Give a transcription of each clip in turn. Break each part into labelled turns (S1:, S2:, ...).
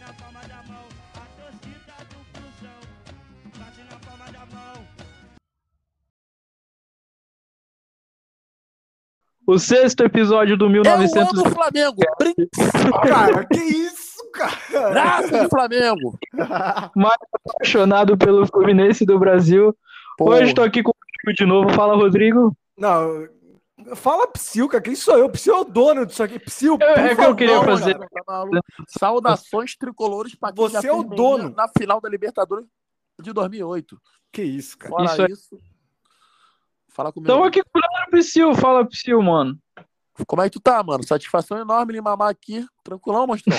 S1: na palma da mão, a torcida do Flusão. Bate na palma da mão.
S2: O sexto episódio
S3: É
S2: do
S4: Eu
S2: 1900.
S4: amo o Flamengo.
S3: Cara, que isso, cara?
S4: Brincadeira do Flamengo.
S2: apaixonado pelo Fluminense do Brasil.
S4: Pô,
S2: Hoje tô aqui com o Rodrigo de novo. Fala, Rodrigo.
S3: Não, fala Psyu, cara. Quem sou eu? Psyu é o dono disso aqui. Psyu, por
S2: É, é que eu
S3: favor,
S2: queria
S4: não,
S2: fazer.
S4: cara, tá maluco. Saudações tricolores para quem
S3: Você
S4: já
S3: é o
S4: fez
S3: dono.
S4: na final da Libertadores de 2008.
S3: Que isso, cara.
S4: Fora
S2: Isso
S4: isso.
S2: aí.
S4: Fala comigo.
S2: Tamo aqui com o Leandro Psyu. Fala, Psyu, mano.
S4: Como é que tu tá, mano? Satisfação enorme em mamar aqui. Tranquilão, monstrão.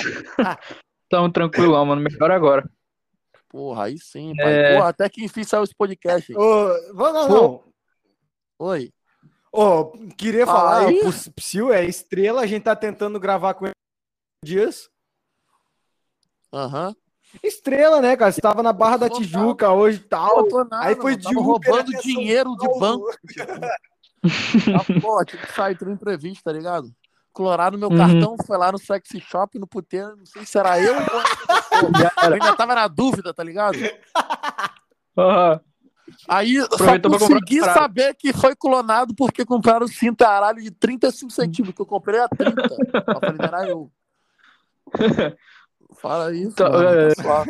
S2: Tamo tranquilão, mano. Melhor agora.
S4: Porra, aí sim, pai.
S2: É.
S4: Porra, até que enfim saiu esse podcast. hein?
S3: Ô, não, não, não.
S4: Oi.
S3: Ô, queria falar,
S4: Aí.
S3: o Psyu é estrela, a gente tá tentando gravar com ele dias.
S4: Aham.
S3: Estrela, né, cara? Você tava na Barra da
S4: Não, não.
S3: Tijuca hoje e
S4: Não
S3: tal.
S4: botou nada,
S3: Aí foi
S4: mano.
S3: de um
S4: Tava
S3: Uber
S4: roubando
S3: até São
S4: dinheiro de
S3: Paulo.
S4: banco. Tá, Pô, tinha que sair tudo imprevisto, tá ligado? Cloraram meu
S2: Uhum.
S4: cartão, foi lá no sexy shop, no puteiro, não sei se era eu ou eu ainda tava na dúvida, tá ligado?
S2: Aham.
S4: Aí eu só
S2: Aproveitou pra comprar
S4: consegui
S2: parada.
S4: saber que foi clonado porque compraram cinto aralho de 35 centímetros, que eu comprei a 30. Eu falei, era eu. Fala isso,
S2: Tá,
S4: mano,
S2: é.
S4: pessoal.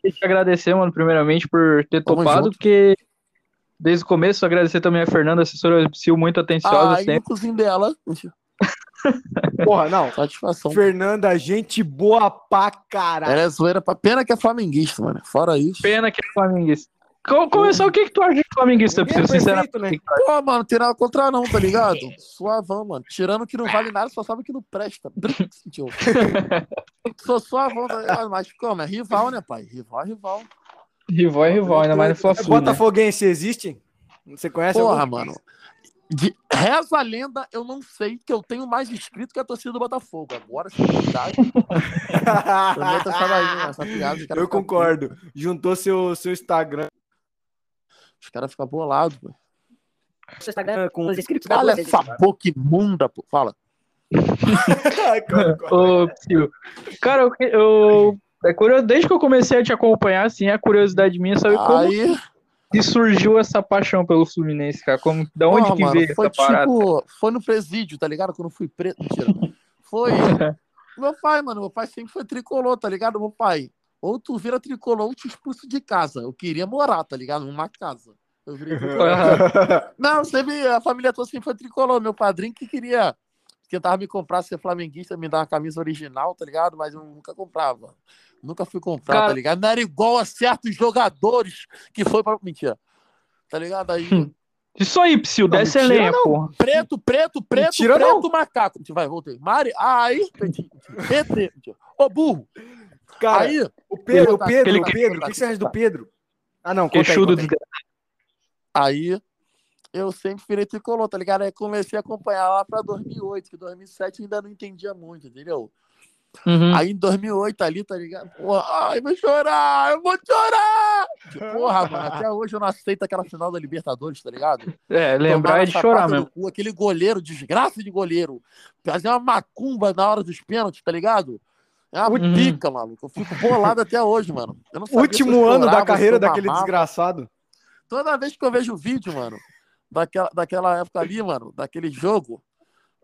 S2: Queria te agradecer, mano, primeiramente por ter
S4: Tamo
S2: topado,
S4: junto.
S2: porque desde o começo agradecer também a Fernanda, assessora do Psyu, muito atenciosa
S4: Ah, aí no
S2: sempre.
S4: cozinho dela,
S3: Porra, não.
S4: satisfação.
S3: Fernanda, gente boa pra caralho.
S4: Ela é zoeira, pra... pena que é flamenguista, mano. Fora isso.
S2: Pena que é flamenguista. Co- Começar, o que, que tu acha de flamenguista,
S3: Ninguém é
S2: Psyu, sinceramente?
S3: perfeito, né?
S4: Pô, mano, tem nada contra não, tá ligado? Suavão, mano. Tirando que não vale nada, só sabe que não presta. Brinks, tio. Sou suavão, tá ligado? mas como? É rival, né, pai? Rival, é rival.
S2: Rival é rival, ainda mais no
S3: É
S2: Fla-Flu, né?
S3: Botafoguense existe? Você conhece?
S4: Porra,
S3: algum?
S4: mano. De- Reza a lenda, eu não sei que eu tenho mais inscrito que a torcida do Botafogo. Agora, se eu mudar, eu meto essa daí, né? essa piada, os caras ficam-
S3: Eu concordo. Juntou seu, seu Instagram
S4: Os caras ficam bolados, pô.
S5: seu Instagram tá com os inscritos da
S4: Olha
S5: Olha
S4: essa boca imunda, pô. Fala.
S2: Ô, Psyu. Cara, eu, eu- é curioso, desde que eu comecei a te acompanhar, assim, é curiosidade minha saber como
S4: Aí.
S2: que surgiu essa paixão pelo Fluminense, cara. Como, da Então, onde
S4: Porra,
S2: que
S4: mano,
S2: veio essa
S4: foi
S2: parada?
S4: tipo, foi no presídio, tá ligado? Quando eu fui preto, mentira. Foi meu pai, mano, meu pai sempre foi tricolor, tá ligado? Meu pai, ou tu vira tricolor ou te expulso de casa. Eu queria morar, tá ligado? Numa casa. Eu virei
S3: tipo-
S4: tricolor. Não, sempre, a família toda sempre foi tricolor. Meu padrinho que queria tentava me comprar ser flamenguista, me dar uma camisa original, tá ligado? Mas eu nunca comprava. Nunca fui comprar,
S2: Cara-
S4: tá ligado? Não era igual a certos jogadores que foi pra. Mentira. Tá ligado? Aí.
S2: Isso aí, Psyu,
S3: Não,
S2: desce a
S3: mentira,
S2: lenha, porra.
S4: Preto, preto, preto,
S3: Mentira,
S4: preto, macaco. Vai, voltei. Mari, aí, Petit, PT, ô burro.
S3: Cara,
S4: aí,
S3: o Pedro, o Pedro,
S2: Aquele
S3: o
S4: que-
S3: Pedro. O que você acha do Pedro? Ah, não, conta aí,
S2: Queixudo
S3: conta
S2: do
S3: aí.
S4: aí, eu sempre virei tricolor, tá ligado? Aí comecei a acompanhar lá pra 2008, que 2007 eu ainda não entendia muito, entendeu?
S2: Uhum.
S4: Aí em 2008 ali, tá ligado? Porra, ai, vou chorar, eu vou chorar! Porra, mano, até hoje eu não aceito aquela final da Libertadores, tá ligado?
S2: É,
S4: Tomar
S2: lembrar é
S4: uma
S2: de
S4: chapada
S2: chorar
S4: no
S2: mesmo.
S4: cu, aquele goleiro, desgraça de goleiro. Fazer uma macumba na hora dos pênaltis, tá ligado? É uma
S2: Uhum.
S4: pica, maluco. Eu fico bolado até hoje, mano. Eu não sabia se eu
S3: Último
S4: chorava,
S3: ano
S4: se
S3: da
S4: eu
S3: carreira daquele
S4: mamava.
S3: desgraçado.
S4: Toda vez que eu vejo o vídeo, mano, daquela, daquela época ali, mano, daquele jogo,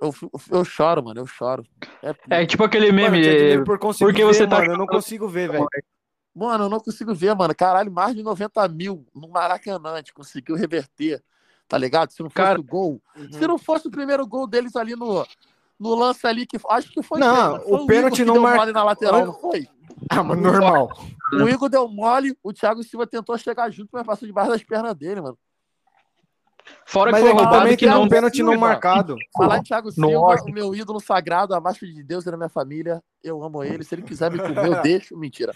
S4: eu, fico- eu choro, mano, eu choro. É pica.
S2: É tipo aquele
S3: Mano,
S2: meme.
S3: eu tinha dinheiro
S2: é,
S3: por conseguir
S2: porque você
S3: ver,
S2: tá
S3: mano, eu não
S2: chorando.
S3: consigo ver, velho.
S4: Mano, eu não consigo ver, mano. Caralho, mais de 90 mil no Maracanã, a gente conseguiu reverter, tá ligado? Se não fosse
S2: Cara,
S4: o gol. Se não fosse o primeiro gol deles ali no, no lance ali, que acho que foi.
S3: Não,
S4: foi
S3: o pênalti
S4: Igor que
S3: não
S4: deu
S3: mar-
S4: mole na lateral, não foi?
S3: Ah, mano, normal.
S4: O Igor deu mole, o Thiago Silva tentou chegar junto, mas passou debaixo das pernas dele, mano.
S2: Fora
S3: Mas
S2: que
S3: é
S2: foi
S3: que
S2: roubado
S3: também
S2: que
S3: tem
S2: não.
S3: um pênalti não
S4: Silva.
S3: marcado.
S4: Falar em Thiago Silva,
S2: Nossa.
S4: o meu ídolo sagrado, abaixo de Deus, ele é minha família. Eu amo ele. Se ele quiser me comer, eu deixo. Mentira.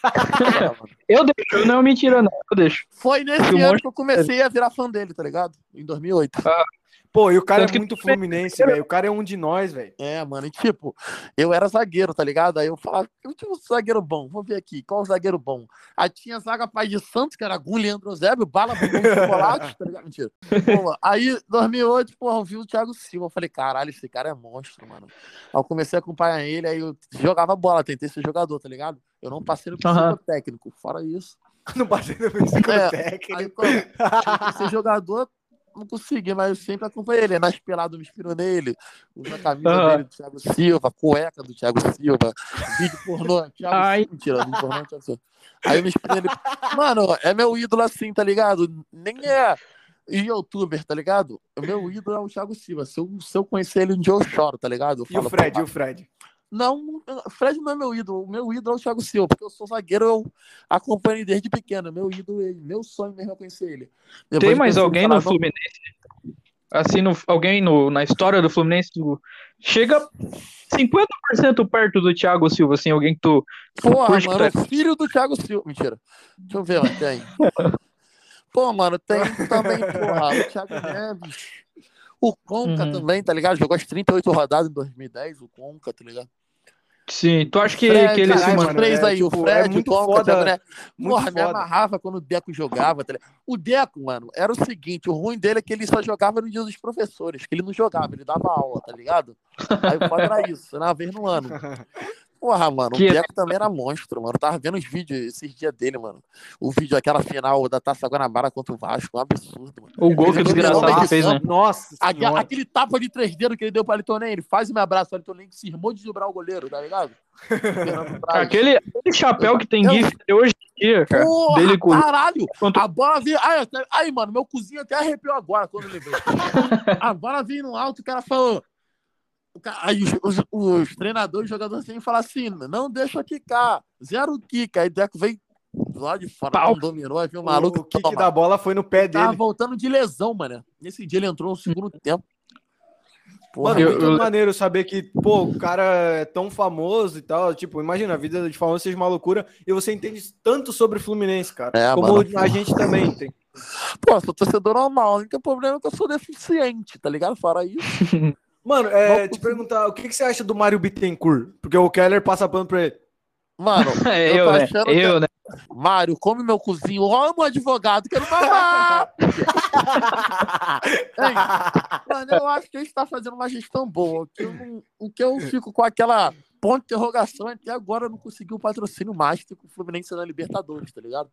S2: Eu deixo, não é mentira, não. Eu deixo.
S3: um
S4: Foi nesse
S2: Que o
S4: ano
S2: monstro-
S4: que eu comecei a virar fã dele, tá ligado? Em 2008.
S3: Pô, e o cara
S2: Tanto
S3: é
S2: que
S3: muito fluminense, velho. O cara é um de nós, velho.
S4: É, mano, e tipo, eu era zagueiro, tá ligado? Aí eu falava, eu tinha um zagueiro bom, vou ver aqui, qual zagueiro bom? Aí tinha zaga Pai de Santos, que era Gu, Leandro Eusébio, Bala, Bumbum, Chocolate, tá ligado? Mentira. Pô, aí, em 2008, porra, eu vi o Thiago Silva, eu falei, caralho, esse cara é monstro, mano. Aí eu comecei a acompanhar ele, aí eu jogava bola, tentei ser jogador, tá ligado? Eu não passei no
S2: Aham.
S4: técnico, fora isso.
S3: Não batendo no psicotécnico.
S4: Aí, quando eu comecei jogador, não consegui, mas eu sempre acompanhei ele. É Nas peladas eu me inspiro nele. Usa a camisa
S2: Aham.
S4: dele do Thiago Silva, cueca do Thiago Silva, vídeo pornô, Thiago
S2: Ai.
S4: Silva. Mentira, vídeo pornô, Thiago Silva. Aí eu me inspiro nele. Mano, é meu ídolo assim, tá ligado? Nem é youtuber, tá ligado? O meu ídolo é o Thiago Silva. Se eu, se eu conhecer ele um dia, eu choro, tá ligado? Eu
S3: E o
S4: falo,
S3: Fred,
S4: "Pô,
S3: e o Fred?
S4: não, o Fred não é meu ídolo. O meu ídolo é o Thiago Silva, porque eu sou zagueiro, eu acompanho ele desde pequeno. Meu ídolo, é ele. meu sonho mesmo é conhecer ele. Depois
S2: Tem
S4: de
S2: mais
S4: conhecer ele,
S2: alguém
S4: falar,
S2: no
S4: não,
S2: Fluminense? Assim, no, alguém no, na história do Fluminense tu chega 50% perto do Thiago Silva, assim, alguém que tu.
S4: Porra,
S2: Curte
S4: mano, o filho do Thiago Silva. Mentira. Deixa eu ver, mano, tem. Pô, mano, tem também, porra, o Thiago Neves. O Conca
S2: Uhum.
S4: também, tá ligado? Jogou as 38 rodadas em 2010, o Conca, tá ligado?
S2: Sim, tu acha que,
S4: Fred,
S2: que ele se
S4: caralho,
S2: mantém?
S4: os três
S3: é,
S4: aí,
S3: tipo,
S4: o
S3: é
S4: Fred,
S3: muito
S4: o Conca,
S3: foda,
S4: o Thiago Neves.
S3: Muito
S4: Porra, me
S3: foda.
S4: amarrava quando o Deco jogava. tá ligado? O Deco, mano, era o seguinte: o ruim dele é que ele só jogava no dia dos professores, que ele não jogava, ele dava aula, tá ligado? Aí o foda era isso, era uma vez no ano. Porra, mano,
S2: Que-
S4: o Deco também era monstro, mano. Eu tava vendo os vídeos esses dias dele, mano. O vídeo, aquela final da Taça Guanabara contra o Vasco, um absurdo, mano.
S2: O gol que o
S4: Ele é
S2: desgraçado
S4: jogou
S2: fez, né?
S3: Nossa
S4: Aque-
S3: senhora.
S4: aquele tapa de três dedos que ele deu pra Alitonei, ele faz e me abraça. O Alitonei se irmou de dobrar o goleiro, tá ligado? Fernando Praz.
S2: Aquele, aquele chapéu que tem
S4: Eu-
S2: GIF até hoje em dia, cara.
S4: Porra,
S2: dele com-
S4: caralho!
S2: Quanto-
S4: A bola veio. Ai, até- Aí, mano, meu cozinho até arrepiou agora quando eu lembrei. a bola veio no alto, o cara falou. o ca- Aí os, os- os treinadores, os jogadores assim, falam assim: não deixa quicar, zero quica. Aí o Deco vem lá de fora,
S2: Pau.
S4: não dominou, aí veio o
S3: maluco,
S4: maluco.
S3: o kick
S4: toma.
S3: da bola foi no pé
S4: Tava
S3: dele.
S4: voltando de lesão, mano. Nesse dia ele entrou no segundo tempo. Porra,
S3: Mano,
S2: eu-
S3: muito
S2: eu-
S3: maneiro saber que, pô, o cara é tão famoso e tal. Tipo, imagina, a vida de famoso seja uma loucura e você entende tanto sobre o Fluminense, cara.
S4: É,
S3: como
S4: mano.
S3: a gente também tem.
S4: pô, sou torcedor normal. O único problema é que eu sou deficiente, tá ligado? Fora isso.
S3: Mano, é,
S4: Não-
S3: te perguntar, o que, que você acha do Mário Bittencourt? Porque o Keller passa pano pra ele.
S4: Mano,
S2: É, eu,
S4: tô
S2: né?
S4: achando que-
S2: Eu, né?
S4: Mário, come meu cozinho, amo advogado, quero mamar. Hein, mano, eu acho que a gente tá fazendo uma gestão boa. Que eu não- o que eu fico com aquela ponto de interrogação é que agora não conseguiu o patrocínio mais que o Fluminense na Libertadores, tá ligado?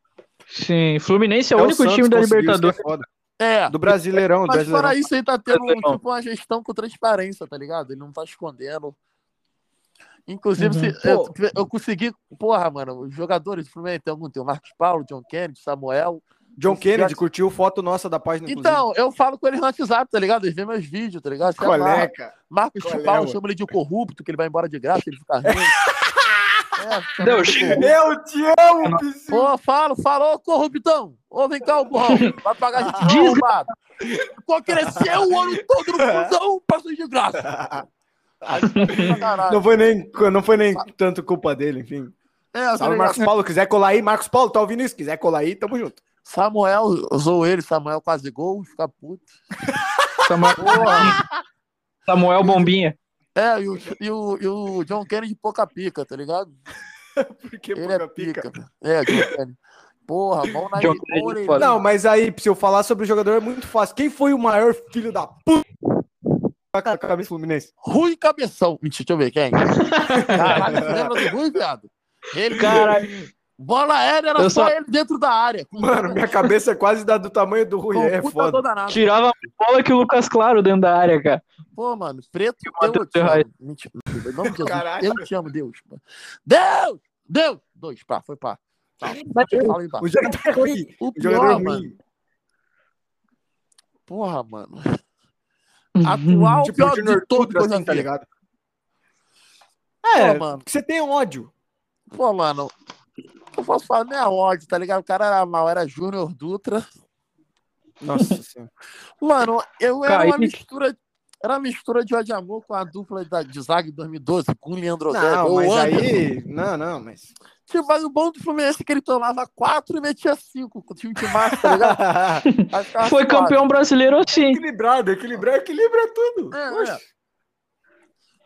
S2: Sim, Fluminense é o
S3: Até
S2: único
S3: Santos
S2: time da
S3: conseguiu,
S2: Libertadores.
S3: isso que é foda.
S4: É,
S3: Do né? Brasileirão, do
S4: mas
S3: Brasileirão.
S4: fora isso, ele tá tendo
S2: Brasileirão.
S4: tipo, uma gestão com transparência, tá ligado? Ele não tá escondendo. Inclusive,
S2: Uhum.
S4: se- eu, eu consegui, porra, mano, os jogadores do Fluminense, tem algum, tem o Marcos Paulo, John Kennedy, Samuel,
S3: John
S4: isso
S3: Kennedy
S4: já-
S3: curtiu foto nossa da página, inclusive.
S4: Então, eu falo com eles no WhatsApp, tá ligado? Eles veem meus vídeos, tá ligado? Sei lá,
S3: Coleca.
S4: Marcos
S3: é? Qual é,
S4: Paulo
S3: mano?
S4: chama ele de corrupto, que ele vai embora de graça, ele fica rindo. é, chama
S2: Não,
S4: ele de
S2: chega.
S4: corrupto.
S3: Eu te amo, Piscina.
S4: Ô, falo, falo, ô corruptão! Ô, vem cá, ô burrão! Vai pagar de tiro,
S2: Diz-
S4: roubado! Qual cresceu o ano todo no fusão, passou de graça! Aí, pra caralho.
S3: Não foi, nem, não foi nem tanto culpa dele, enfim.
S4: É, tá
S3: Salve,
S4: ligado?
S3: Marcos Paulo. Quiser colar aí, Marcos Paulo, tá ouvindo isso? Quiser colar aí, tamo junto.
S4: Samuel, usou ele, Samuel quase gol, fica puto.
S2: Samuel,
S4: Porra.
S2: Samuel Bombinha.
S4: É, e o, e, o, e o John Kennedy pouca pica, tá ligado?
S3: Porque
S4: Ele é pica. É, John Kennedy. Porra, mão na
S2: John
S4: mão
S2: Kennedy
S4: orelha.
S2: foda.
S3: Não, mas aí, se eu falar sobre o jogador, é muito fácil. Quem foi o maior filho da puta? Com
S4: Tá.
S3: a cabeça Fluminense.
S4: Rui é Cabeção. Mentira, deixa eu ver quem. Caralho, você lembra do Rui, viado? Ele,
S2: Caralho,
S4: bola aérea era
S2: Eu
S4: só
S2: só-
S4: ele dentro da área. Com
S3: Mano, minha cabeça é quase da do tamanho do Rui.
S4: com
S3: É
S4: puta
S3: foda.
S4: toda nada.
S2: tirava mais bola que o Lucas Claro dentro da área, cara.
S4: Pô, mano, preto,
S2: Matheus
S4: eu te
S2: Ferraz.
S4: amo. Mentira, em nome de Jesus,
S3: Caralho.
S4: eu te amo, Deus. mano. Deus! Deus! Dois, pá, foi pá. Tá, fala aí, pá.
S3: O jogador é ruim.
S4: O
S3: O jogador é
S4: pior, mano.
S3: ruim.
S4: Porra, mano. Atual
S3: Tipo,
S4: Ah, pior
S3: o Junior
S4: de todo
S3: Dutra,
S4: que eu já
S3: assim, tá
S4: vi.
S3: ligado?
S4: Pô,
S3: É,
S4: mano.
S3: que você tem ódio.
S4: Pô, mano. Eu posso falar, não é ódio, tá ligado? O cara era mal, era Júnior Dutra.
S3: Nossa senhora.
S4: Mano, eu era
S2: Cara,
S4: uma
S2: e-
S4: mistura. Era a mistura de ódio e amor com a dupla da, de Zague em 2012, com o Leandro Zé.
S3: Não,
S4: o
S3: mas
S4: Anderson.
S3: aí. Não, não, mas.
S4: Tipo, mas o bom do Fluminense é que ele tomava quatro e metia cinco com o time de massa, tá ligado? Aí ficava
S2: Foi
S4: assim, suave.
S2: campeão brasileiro assim.
S3: equilibrado, equilibrar, equilibra tudo.
S4: É,
S3: Poxa.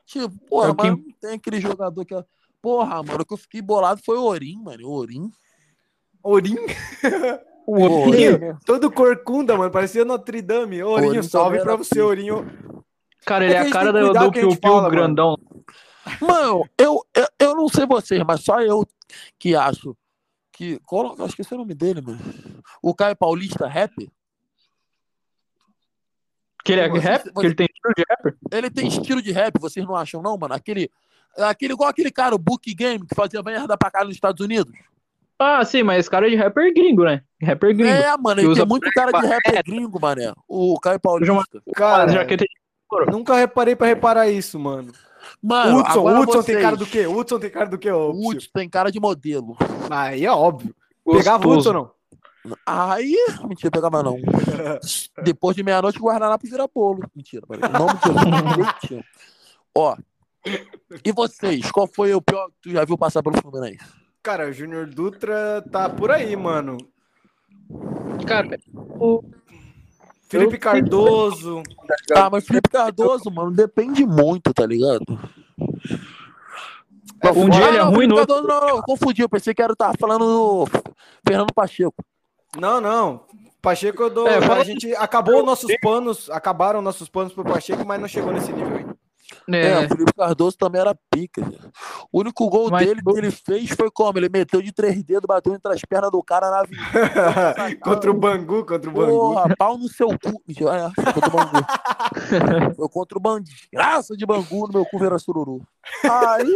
S4: Tipo,
S2: É
S4: porra,
S2: o que-
S4: mas não tem aquele jogador que. é- Porra, mano, o que eu fiquei bolado foi o Orim, mano. O Orim.
S3: Ourinho, é
S2: O
S4: Pô,
S2: Ourinho,
S3: todo corcunda, mano, parecia Notre Dame. Ourinho,
S4: Ourinho tá
S3: salve
S4: também
S3: pra
S4: era
S3: você, Ourinho.
S2: cara, ele
S3: é
S2: é
S3: que a
S2: a cara
S3: gente tem que
S2: do,
S3: cuidar
S2: do
S3: o que a gente
S2: Piu Piu
S3: fala, mano.
S2: grandão.
S4: Mano, eu, eu, eu não sei vocês, mas só eu que acho que. Coloca, eu esqueci o nome dele, mano. O Caio Paulista Rap.
S2: Que ele é
S4: Você-
S2: rap, que
S4: você-
S2: ele tem estilo de rapper.
S4: Ele tem estilo de rap, vocês não acham, não, mano? Aquele. Aquele igual aquele cara, o Book Game, que fazia merda pra cá nos Estados Unidos.
S2: Ah, sim, mas esse cara é de rapper gringo, né? Rapper gringo.
S4: É, mano,
S2: Que
S4: ele
S2: usa
S4: tem muito cara de rapper gringo, mané. O Caio Paulista.
S2: Cara,
S3: Cara,
S2: jaqueta de
S3: nunca reparei pra reparar isso, mano.
S4: Mano,
S3: Hudson,
S4: agora
S3: Hudson tem
S4: vocês.
S3: cara do quê? Hudson tem cara do quê, ô?
S4: O
S3: Hudson?
S4: Hudson tem cara de modelo.
S3: Aí é óbvio.
S2: gostoso.
S3: Pegava Hudson, não?
S4: Aí, mentira, pegava não. Depois de meia-noite, Guardanapo vira bolo. Mentira, peraí. não mentira. mentira. Ó, e vocês? Qual foi o pior que tu já viu passar pelo Fluminense?
S3: Cara, o Júnior Dutra tá por aí, mano.
S2: Cara, o-
S3: Felipe
S2: Eu-
S3: Cardoso.
S4: Ah, mas Felipe Cardoso, mano, depende muito, tá ligado? Ah,
S2: um dia ele é
S4: não,
S2: ruim,
S4: Felipe
S2: no outro.
S4: Cardoso, não, não, eu confundi, eu pensei que era, eu tava falando do Fernando Pacheco.
S3: Não, não. Pacheco, eu dou.
S2: É, fala-
S3: a gente acabou nossos panos, acabaram nossos panos pro Pacheco, mas não chegou nesse nível ainda.
S4: É, o
S2: É,
S4: Felipe Cardoso também era pica. cara. O único gol
S2: Mas
S4: dele que ele fez foi como? Ele meteu de três dedos, bateu entre as pernas do cara na vida.
S3: contra o Bangu, contra o Bangu.
S4: Porra, pau no seu cu. Mentira, é, foi contra o Bangu. Foi contra o Bangu. Graça de Bangu, no meu cu era sururu. Aí,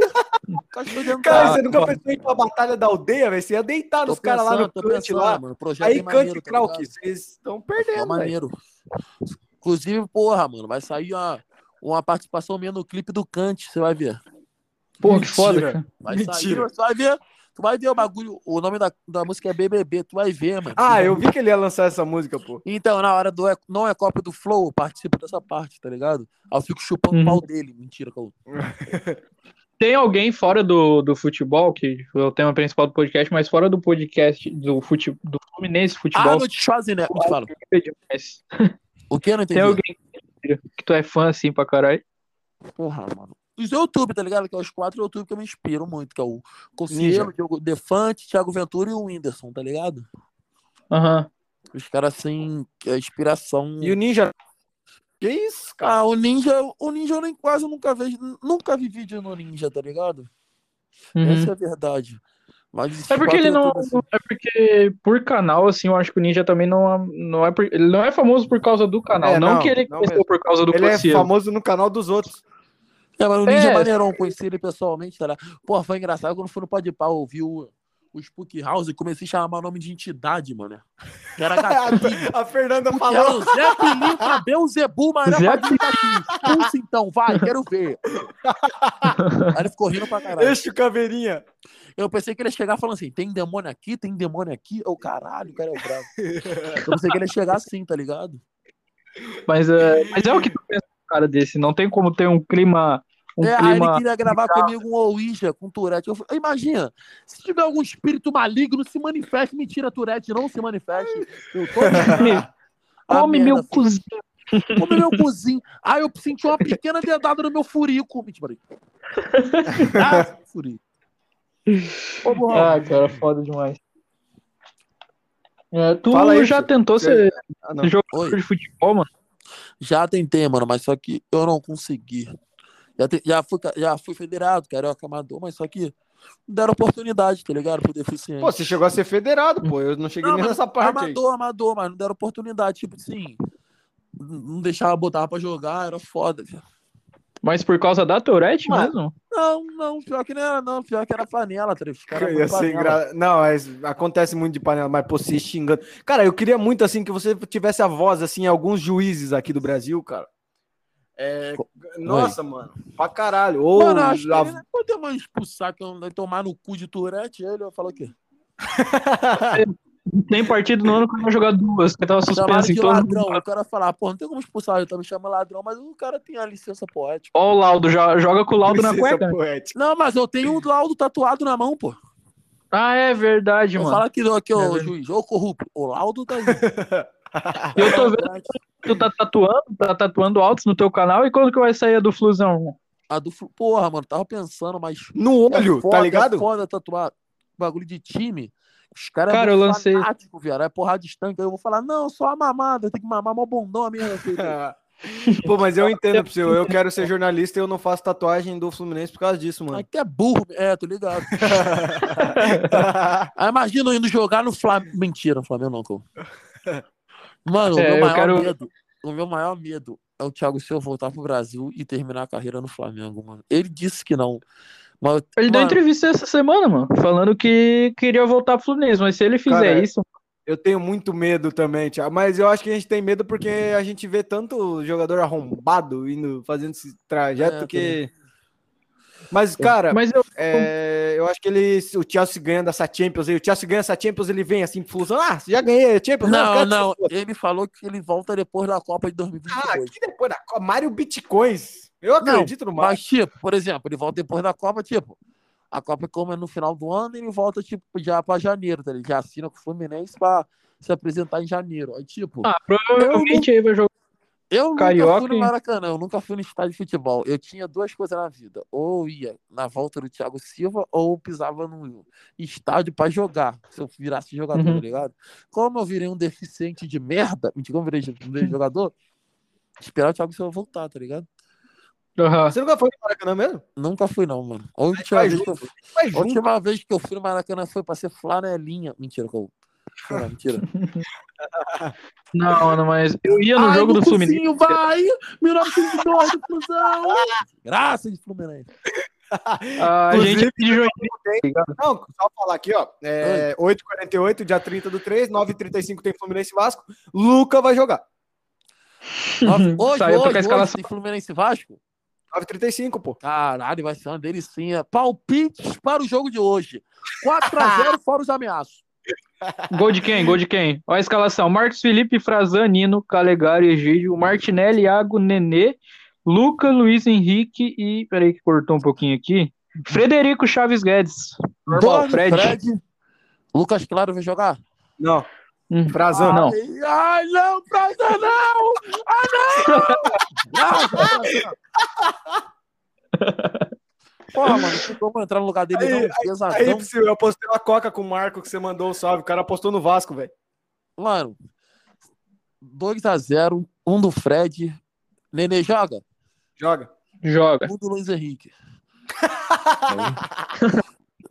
S4: cachorro dentro
S3: Cara,
S4: da-
S3: você nunca
S2: porra.
S3: pensou em ir pra batalha da aldeia, velho? Você ia deitar
S4: tá, Tô
S3: nos caras lá no
S4: pensando, tô
S3: Cante
S4: pensando,
S3: lá.
S4: mano, projeto
S3: Aí
S4: bem
S3: Cante e
S4: maneiro, tá
S3: Krauk,
S4: ligado?
S3: vocês estão
S4: É
S3: perdendo, né? velho.
S4: maneiro. Inclusive, porra, mano, vai sair uma, uma participação minha no clipe do Kant, você vai ver.
S2: porra, que foda.
S3: Mentira.
S2: cara.
S4: Vai
S3: Mentira.
S4: sair, você vai ver. Tu vai ver o bagulho. O nome da, da música é BBB, tu vai ver, mano.
S3: Ah, eu vi que ele ia lançar essa música, pô.
S4: Então, na hora do é- não é cópia do Flow, eu participo dessa parte, tá ligado? Aí eu fico chupando
S2: Uhum.
S4: o pau dele. Mentira, que eu-
S2: Tem alguém fora do, do futebol, que é o tema principal do podcast, mas fora do podcast do, fute, do Fluminense
S3: Ah,
S2: Futebol.
S4: Arnold Schwarzenegger. né? Como tu fala?
S2: Mas
S4: O que eu não entendi?
S2: Tem alguém que tu é fã assim pra caralho?
S4: Porra, mano. Os YouTube, tá ligado? Que é os quatro YouTube que eu me inspiro muito, que é o
S3: Ninja.
S4: Conselheiro, Diogo Defante, Thiago Ventura e o Whindersson, tá ligado?
S2: Aham.
S4: Os caras assim, que é inspiração.
S3: E o Ninja. Que isso, cara?
S4: Ah, o Ninja, o Ninja eu nem quase nunca vejo, nunca vi vídeo no Ninja, tá ligado?
S2: Uhum.
S4: Essa é a verdade. Mas os
S2: É porque
S4: quatro
S2: ele não.
S4: youtubers, assim,
S2: É porque por canal, assim, eu acho que o Ninja também não, não é. por- Ele não é famoso por causa do canal.
S3: É,
S2: não,
S3: não,
S2: que ele
S3: não
S2: cresceu
S3: mesmo.
S2: por causa do
S3: Ele é
S2: parceiro.
S3: famoso no canal dos outros.
S4: É, mas o Ninja
S2: É.
S4: é maneirão, conheci ele pessoalmente, tá ligado? Porra, foi engraçado quando fui no Pode Pau, ouvi o, o Spook House e comecei a chamar nome de entidade, mano. Era gatinho.
S3: A Fernanda
S4: Era
S3: falou.
S4: o Zé Pilintra, Beuzebu, mas
S2: Zé
S4: era pra aqui. Pulsa então, vai, quero ver. Aí ele ficou rindo pra caralho.
S3: Deixa o caveirinha.
S4: Eu pensei que ele ia chegar falando assim, tem demônio aqui, tem demônio aqui. Eu, caralho, o cara é o bravo. Eu pensei que ele ia chegar assim, tá ligado?
S2: Mas, é, mas é o que tu pensa um cara desse. Não tem como ter um clima. Um
S4: é, aí ele
S2: clima.
S4: queria gravar comigo um Ouija com Tourette. Eu falei, imagina, se tiver algum espírito maligno, se manifeste. Mentira, Tourette, não se manifeste. Eu tô Ah,
S2: Come meu
S4: merda,
S2: cozinho.
S4: Come meu cozinho. Aí eu senti uma pequena dedada no meu furico. Mentira, peraí. Ah, furico. Ô, Burrão,
S2: Ah, cara, foda demais. É, tu
S3: Fala aí,
S2: já
S3: Chico.
S2: tentou
S3: Você-
S2: ser
S3: Ah, não.
S4: Oi.
S2: jogador de futebol, mano?
S4: Já tentei, mano, mas só que eu não consegui. Já, te- já, fui, ca- já fui federado, carioca amador, mas só que não deram oportunidade, tá ligado? Pro deficiente.
S3: Pô, você chegou a ser federado, pô. Eu não cheguei
S4: Não,
S3: nem
S4: mas
S3: nessa parte aí.
S4: amador, amador, mas não deram oportunidade. Tipo assim, n- não deixava botar pra jogar, era foda. velho.
S2: Mas por causa da Tourette
S3: Mano,
S2: mesmo?
S4: Não, não, pior que não era, não. Pior que era panela, tá ligado? Os caras foram
S3: Ia ser
S4: panela.
S3: engra- Não, mas acontece muito de panela, mas pô, se xingando. Cara, eu queria muito assim que você tivesse a voz assim, em alguns juízes aqui do Brasil, cara. É, Nossa, mano, pra caralho. Ou
S4: Mano, eu acho que
S3: a-
S4: ele, quando eu vou expulsar, que eu não tomar no cu de Tourette, ele eu falo o quê?
S2: Tem partido no ano que eu vou jogar duas, que eu tava
S4: Chamaram
S2: suspenso em
S4: de
S2: todo
S4: ladrão. O cara falar, pô, não tem como expulsar, eu também chamo ladrão, mas o cara tem a licença poética.
S2: Ó, o Laudo, já, joga com o Laudo na
S3: Licença
S2: cueca. né?
S3: poética.
S4: Não, mas eu tenho o laudo tatuado na mão, pô.
S2: Ah, é verdade,
S4: Eu
S2: mano.
S4: falo aqui, ó, aqui,
S2: É
S4: ô
S2: verdade.
S4: juiz, ô corrupto. O laudo tá aí. É
S2: Eu tô vendo que tu tá tatuando, tá tatuando altos no teu canal, e quando que vai sair a do Flusão?
S4: A do Flu- Porra, mano, tava pensando, mas.
S3: No olho,
S4: é foda,
S3: tá ligado?
S4: É foda tatuar bagulho de time. Os caras
S2: Cara,
S4: é muito
S2: eu lancei.
S4: fanático, viado. É porrada de estanque. Aí eu vou falar, não, só a mamada, tem que mamar mó bondão mesmo. assim.
S3: Pô, mas eu entendo pro seu. Eu quero ser jornalista e eu não faço tatuagem do Fluminense por causa disso,
S4: Aí
S3: mano.
S4: que é burro, é, tô ligado. Aí imagina eu indo jogar no Flamengo. Mentira, no Flamengo não, cara. Mano,
S2: É,
S4: o
S2: eu
S4: meu maior
S2: quero-
S4: medo. O meu maior medo é o Thiago Silva voltar pro Brasil e terminar a carreira no Flamengo, mano. Ele disse que não. Mas,
S2: Ele deu
S4: mano,
S2: entrevista essa semana, mano, falando que queria voltar pro Fluminense, mas se ele fizer
S3: Cara,
S2: isso,
S3: Eu tenho muito medo também, Thiago. Mas eu acho que a gente tem medo porque a gente vê tanto jogador arrombado indo fazendo esse trajeto
S4: É,
S3: que. Mas, cara,
S2: mas eu,
S3: é, eu acho que ele, o Chelsea ganha dessa Champions aí. O Chelsea ganha essa Champions, ele vem assim, flusão. Ah, já ganhei a Champions?
S4: Não,
S3: quero
S4: não.
S3: essa porra."
S4: Ele falou que ele volta depois da Copa de
S3: Ah,
S4: 2022.
S3: aqui depois da Copa. Mário Bitcoins. Eu acredito no Mário.
S4: Mas, tipo, por exemplo, ele volta depois da Copa, tipo, a Copa como é no final do ano, ele volta, tipo, já pra janeiro, tá? Ele já assina com o Fluminense pra se apresentar em janeiro. Aí, tipo,
S2: ah, provavelmente aí vai jogar.
S4: eu nunca
S2: Carioca,
S4: fui no
S2: hein?
S4: Maracanã, eu nunca fui no estádio de futebol. Eu tinha duas coisas na vida. Ou ia na volta do Thiago Silva, ou pisava no estádio pra jogar, se eu virasse jogador,
S2: Uhum.
S4: tá ligado? Como eu virei um deficiente de merda, mentira, como eu virei- virei jogador, esperar o Thiago Silva voltar, tá ligado?
S2: Aham.
S3: Você nunca foi no Maracanã mesmo?
S4: Nunca fui, não, mano. A última,
S3: vai
S4: vez que eu,
S3: Vai
S4: a
S3: junto.
S4: última vez que eu fui no Maracanã foi pra ser flanelinha. Mentira, que eu. Não, mentira.
S2: Não, mano, mas eu ia no
S4: Ai,
S2: jogo do
S4: Gucuzinho,
S2: Fluminense.
S4: vai! 1902 do Flusão! Graças de Fluminense.
S2: A
S3: Inclusive,
S2: gente de Joinville.
S3: Não, só falar aqui, ó. É, 8h48, dia 30 do 3, 9h35 tem Fluminense e Vasco. Luca vai jogar.
S4: Nossa, hoje,
S2: Saiu com a
S4: hoje, hoje,
S2: escalação.
S4: tem Fluminense e Vasco.
S3: 9h35, pô.
S4: Caralho, vai ser uma delicinha. Palpites para o jogo de hoje. 4x0 fora os ameaços.
S2: Gol de quem? Gol de quem? Ó a escalação. Marcos Felipe, Frazan, Nino, Calegari, Egídio, Martinelli, Iago, Nenê, Luca, Luiz Henrique e... Peraí que cortou um pouquinho aqui. Frederico Chaves Guedes. Normal,
S4: Doni,
S2: Fred.
S4: Lucas Claro vai jogar?
S3: Não.
S2: Hum.
S3: Frazão,
S2: Não.
S4: Ai, ai, não, Prazer, não! Ah, não! Não, Prazer, não. Porra, mano, não tem como entrar no lugar dele,
S3: Aí,
S4: não.
S3: Aí,
S4: Pesadão.
S3: Psyu, eu postei uma coca com o Marco que você mandou o salve. O cara apostou no Vasco, velho.
S4: Mano, 2x0, um do Fred. Nenê joga?
S3: Joga.
S2: Joga.
S4: Um do Luiz Henrique.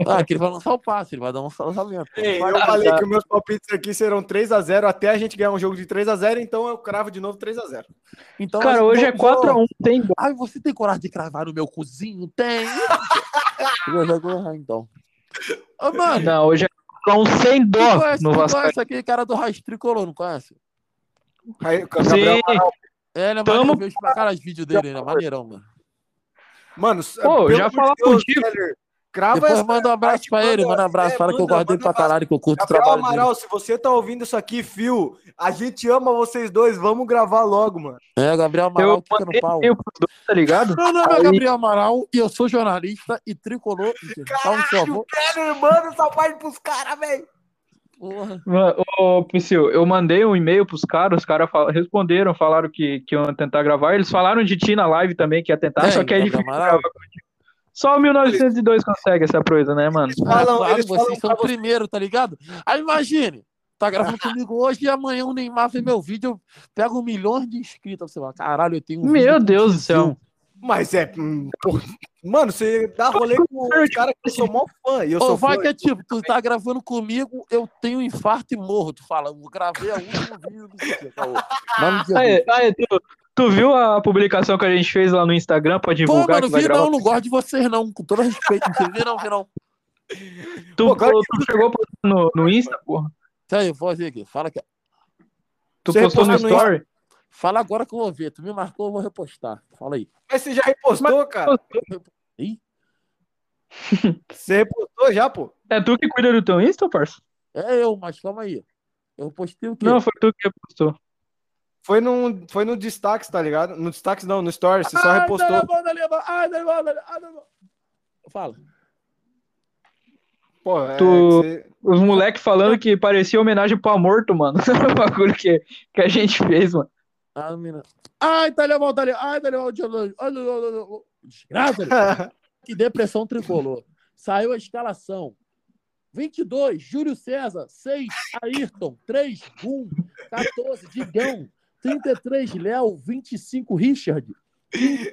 S4: ah, que ele vai lançar o passe, ele vai dar um lançamento.
S3: Ei, tá. eu falei que os meus palpites aqui serão 3x0 até a gente ganhar um jogo de 3x0, então eu cravo de novo 3x0.
S4: Então,
S2: Cara,
S4: assim,
S2: hoje é
S4: vou- vou-
S2: 4x1, tem gol.
S4: Ai, você tem coragem de cravar no meu cozinho? Tem! eu já vou errar, então. Ô, mano,
S2: Não, hoje é 4x1 sem
S4: Tu
S2: dó
S4: conhece,
S2: no
S4: tu
S2: Vasco.
S4: conhece aquele cara do Raiz Tricolor, não conhece?
S3: Aí, o Gabriel-
S2: Sim,
S4: É, ele é
S2: Tamo-
S4: maneiro, vejo pra caralho os vídeos dele, ele é maneirão, mano.
S3: Mano,
S2: Pô,
S3: pelo
S2: já
S3: amor de
S2: falar
S3: Deus,
S2: contigo.
S3: Keller, Crava
S4: Depois
S3: essa.
S4: manda um abraço pra ele, manda um abraço,
S3: é,
S4: fala que eu
S3: manda-
S4: gosto dele
S3: manda
S4: pra caralho, que eu curto o
S3: Gabriel
S4: trabalho dele.
S3: Amaral, se você tá ouvindo isso aqui, Fio, a gente ama vocês dois, vamos gravar logo, mano.
S4: É, Gabriel Amaral,
S2: eu
S4: fica no
S2: mandei
S4: pau.
S2: e-mail pros dois, tá ligado?
S4: Meu nome é
S2: Aí-
S4: Gabriel Amaral e eu sou jornalista e tricolor. Tá um Salve seu avô.
S3: Keller, manda essa parte pros caras, velho.
S4: Porra.
S2: Mano, Ô, Priscil, eu mandei um e-mail pros caras, os caras fal- responderam, falaram que, que iam tentar gravar. Eles falaram de ti na live também, que ia tentar,
S4: É,
S2: só que é
S4: Gabriel
S2: difícil
S4: Amaral.
S2: gravar contigo. Só o 1902 consegue essa proeza, né, mano?
S4: Ah,
S3: Falam-
S4: claro,
S3: eles falam
S4: vocês são
S3: pra
S4: o primeiro, tá ligado? Aí imagine, tá gravando comigo hoje e amanhã o Neymar vê meu vídeo, eu pego um milhão de inscritos. Você fala, caralho, eu tenho um
S2: Meu
S4: vídeo
S2: Deus do céu.
S3: Mas é. hum, pô, Mano, você dá rolê com os caras que eu sou mó fã. E eu
S4: Ou
S3: sou
S4: vai
S3: fã.
S4: que é tipo, tu tá gravando comigo, eu tenho um infarto e morro. Tu fala, eu gravei a última vídeo do dia, tá, ô. Mas não tinha
S2: Aí,
S4: vídeo.
S2: aí, tu, tu viu a publicação que a gente fez lá no Instagram pra
S4: Pô,
S2: divulgar
S4: mano,
S2: que vai
S4: vi
S2: gravar? um
S4: não, não gosto de vocês não, com todo respeito, não vi não, vi não.
S2: Tu,
S3: Pô, claro
S2: tu chegou pra- no, no Insta, porra?
S4: Tá aí, vou ver aqui, fala, que-
S2: Tu
S3: Você
S2: postou no
S3: repostou no Insta?
S2: story?
S4: fala agora que eu vou ver, tu me marcou, eu vou repostar, fala aí.
S3: Mas você já repostou, cara? Você repostou já, pô?
S2: É tu que cuida do teu Insta, parça?
S4: É eu, mas calma aí. Eu postei o quê?
S2: Não, foi tu que postou.
S3: Foi num, foi no destaque, tá ligado? No destaque não, no story, você só
S4: Ai,
S3: repostou.
S4: Dona Ivana, Dona Ivana, ai, Dona Ivana, Dona- ai, Dona Ivana. Fala.
S3: Pô, é
S2: Tu-
S3: que você-
S2: Os moleques falando que parecia homenagem pra morto, mano. O bagulho que, que a gente fez, mano.
S4: Ah, menina. Ai, tá legal, tá legal. Ai, tá legal. dia dois. Ai, tá legal, tá legal. Desgraça, Daniel. que depressão tricolor. Saiu a escalação. 22, Júlio César. 6, Ayrton. 3, Gum. 14, Digão. 33, Léo. 25, Richard.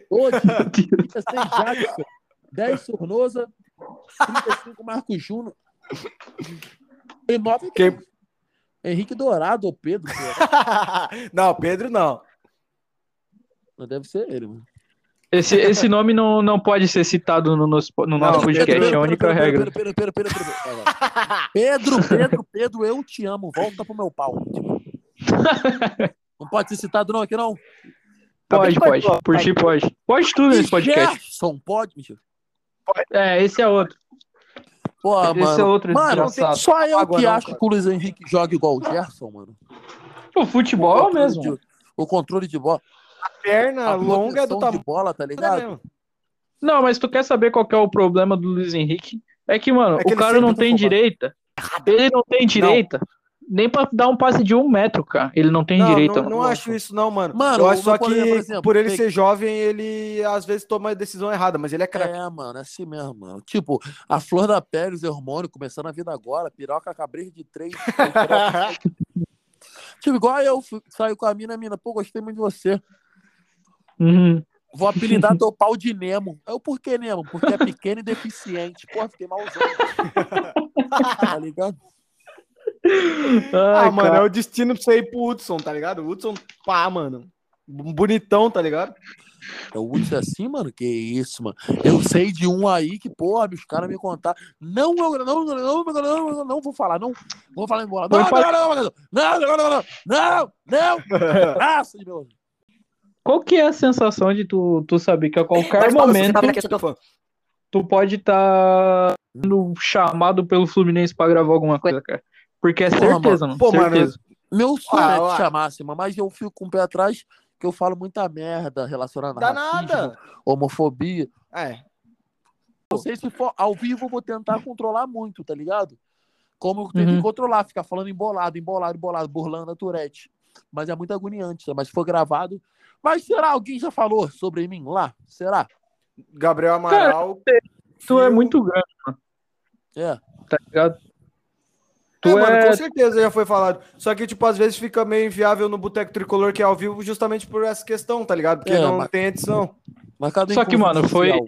S4: 12, 36, Jackson. 10, Sornosa. 35, Marcos Júnior. E 9,
S3: Quem-
S4: Henrique Dourado ou Pedro. pô.
S3: não, Pedro não.
S4: Não deve ser ele, né? mano.
S2: Esse, esse nome não, não pode ser citado no nosso, no nosso
S3: Não,
S2: podcast,
S3: Pedro,
S2: é a única regra.
S4: Pedro, Pedro, Pedro, Pedro, Pedro, Pedro, Pedro, Pedro, eu te amo. Volta pro meu pau. Não pode ser citado, não, aqui não.
S2: Pode,
S3: Alguém
S2: pode. Por ti pode. Pode tudo nesse podcast.
S4: Gerson, pode, mentira.
S2: É, esse é outro.
S4: Pô,
S2: Esse é
S4: mano.
S2: outro
S4: Mano,
S2: desgraçado.
S4: só eu
S3: Agora
S4: que
S3: não,
S4: acho
S3: cara.
S4: que o Luiz Henrique joga igual o Gerson, mano.
S2: O futebol é o
S4: controle
S2: mesmo.
S4: de- o controle de bola.
S3: Perna
S4: A
S3: longa é do
S4: proteção
S3: tamanho.
S4: de bola, tá ligado?
S3: mesmo.
S2: Não, mas tu quer saber qual que é o problema do Luiz Henrique? É que, mano,
S3: É
S2: o
S3: que ele
S2: cara
S3: sempre
S2: não
S3: tá
S2: tem
S3: afobado.
S2: direita. Ele não tem direita. Nem pra dar um passe de um metro, cara. Ele não tem
S3: Não,
S2: direita.
S3: não,
S2: mano.
S3: não acho isso, não, mano.
S4: Mano,
S3: eu acho só
S4: meu
S3: que
S4: colega, por exemplo,
S3: por ele
S4: tem-
S3: ser jovem, ele às vezes toma a decisão errada, mas ele é craque.
S4: É, mano, é assim mesmo, mano. Tipo, a flor da pele, os hormônios, começando a vida agora, piroca, cabreiro de três. tipo, igual eu, fui- saio com a mina, a mina, pô, gostei muito de você.
S2: Uhum.
S4: Vou apelidar teu pau de Nemo. Eu, por que Nemo? Porque é pequeno e deficiente. Porra, fiquei malzão. tá ligado?
S2: Ai,
S3: ah, mano, é
S2: cara.
S3: o destino pra você ir pro Hudson, tá ligado? O Hudson, pá, mano. Bonitão, tá ligado?
S4: Eu uso assim, mano, que isso, mano. Eu sei de um aí que, porra, os caras me contaram. Não, eu não, não, não, não, não, não, não vou falar, não. Vou falar embora. Não,
S2: Vou falar-
S4: não, não, não, não, não, não, não, não, não, não. Graças, meu.
S2: Qual que é a sensação de tu, tu saber que a qualquer
S5: Mas, Paulo, você
S2: momento
S5: tá naquele-
S2: tu pode estar sendo chamado pelo Fluminense pra gravar alguma coisa, cara? Porque é
S4: Porra,
S2: certeza, mano.
S3: Pô, mano,
S2: certeza.
S4: Meu sonho
S3: Ah,
S4: é
S3: lá.
S4: te chamasse, mano, mas eu fico com o pé atrás que eu falo muita merda relacionada a
S3: Dá
S4: racismo,
S3: nada.
S4: homofobia.
S3: É.
S4: Não sei se for ao vivo, eu vou tentar controlar muito, tá ligado? Como eu tenho
S2: Uhum.
S4: que controlar, ficar falando embolado, embolado, embolado, burlando a Tourette. Mas é muito agoniante, mas se for gravado. Mas será alguém já falou sobre mim lá? Será?
S3: Gabriel Amaral.
S2: Tu é
S3: Fio-
S2: muito grande,
S4: É.
S2: tá ligado?
S3: É,
S2: Tu é,
S3: mano, com certeza já foi falado. Só que, tipo, às vezes fica meio inviável no Boteco Tricolor que é ao vivo justamente por essa questão, tá ligado? Porque
S4: É,
S3: não
S4: mas-
S3: tem edição.
S4: Mas cadê
S2: Só que, mano, foi-
S4: social?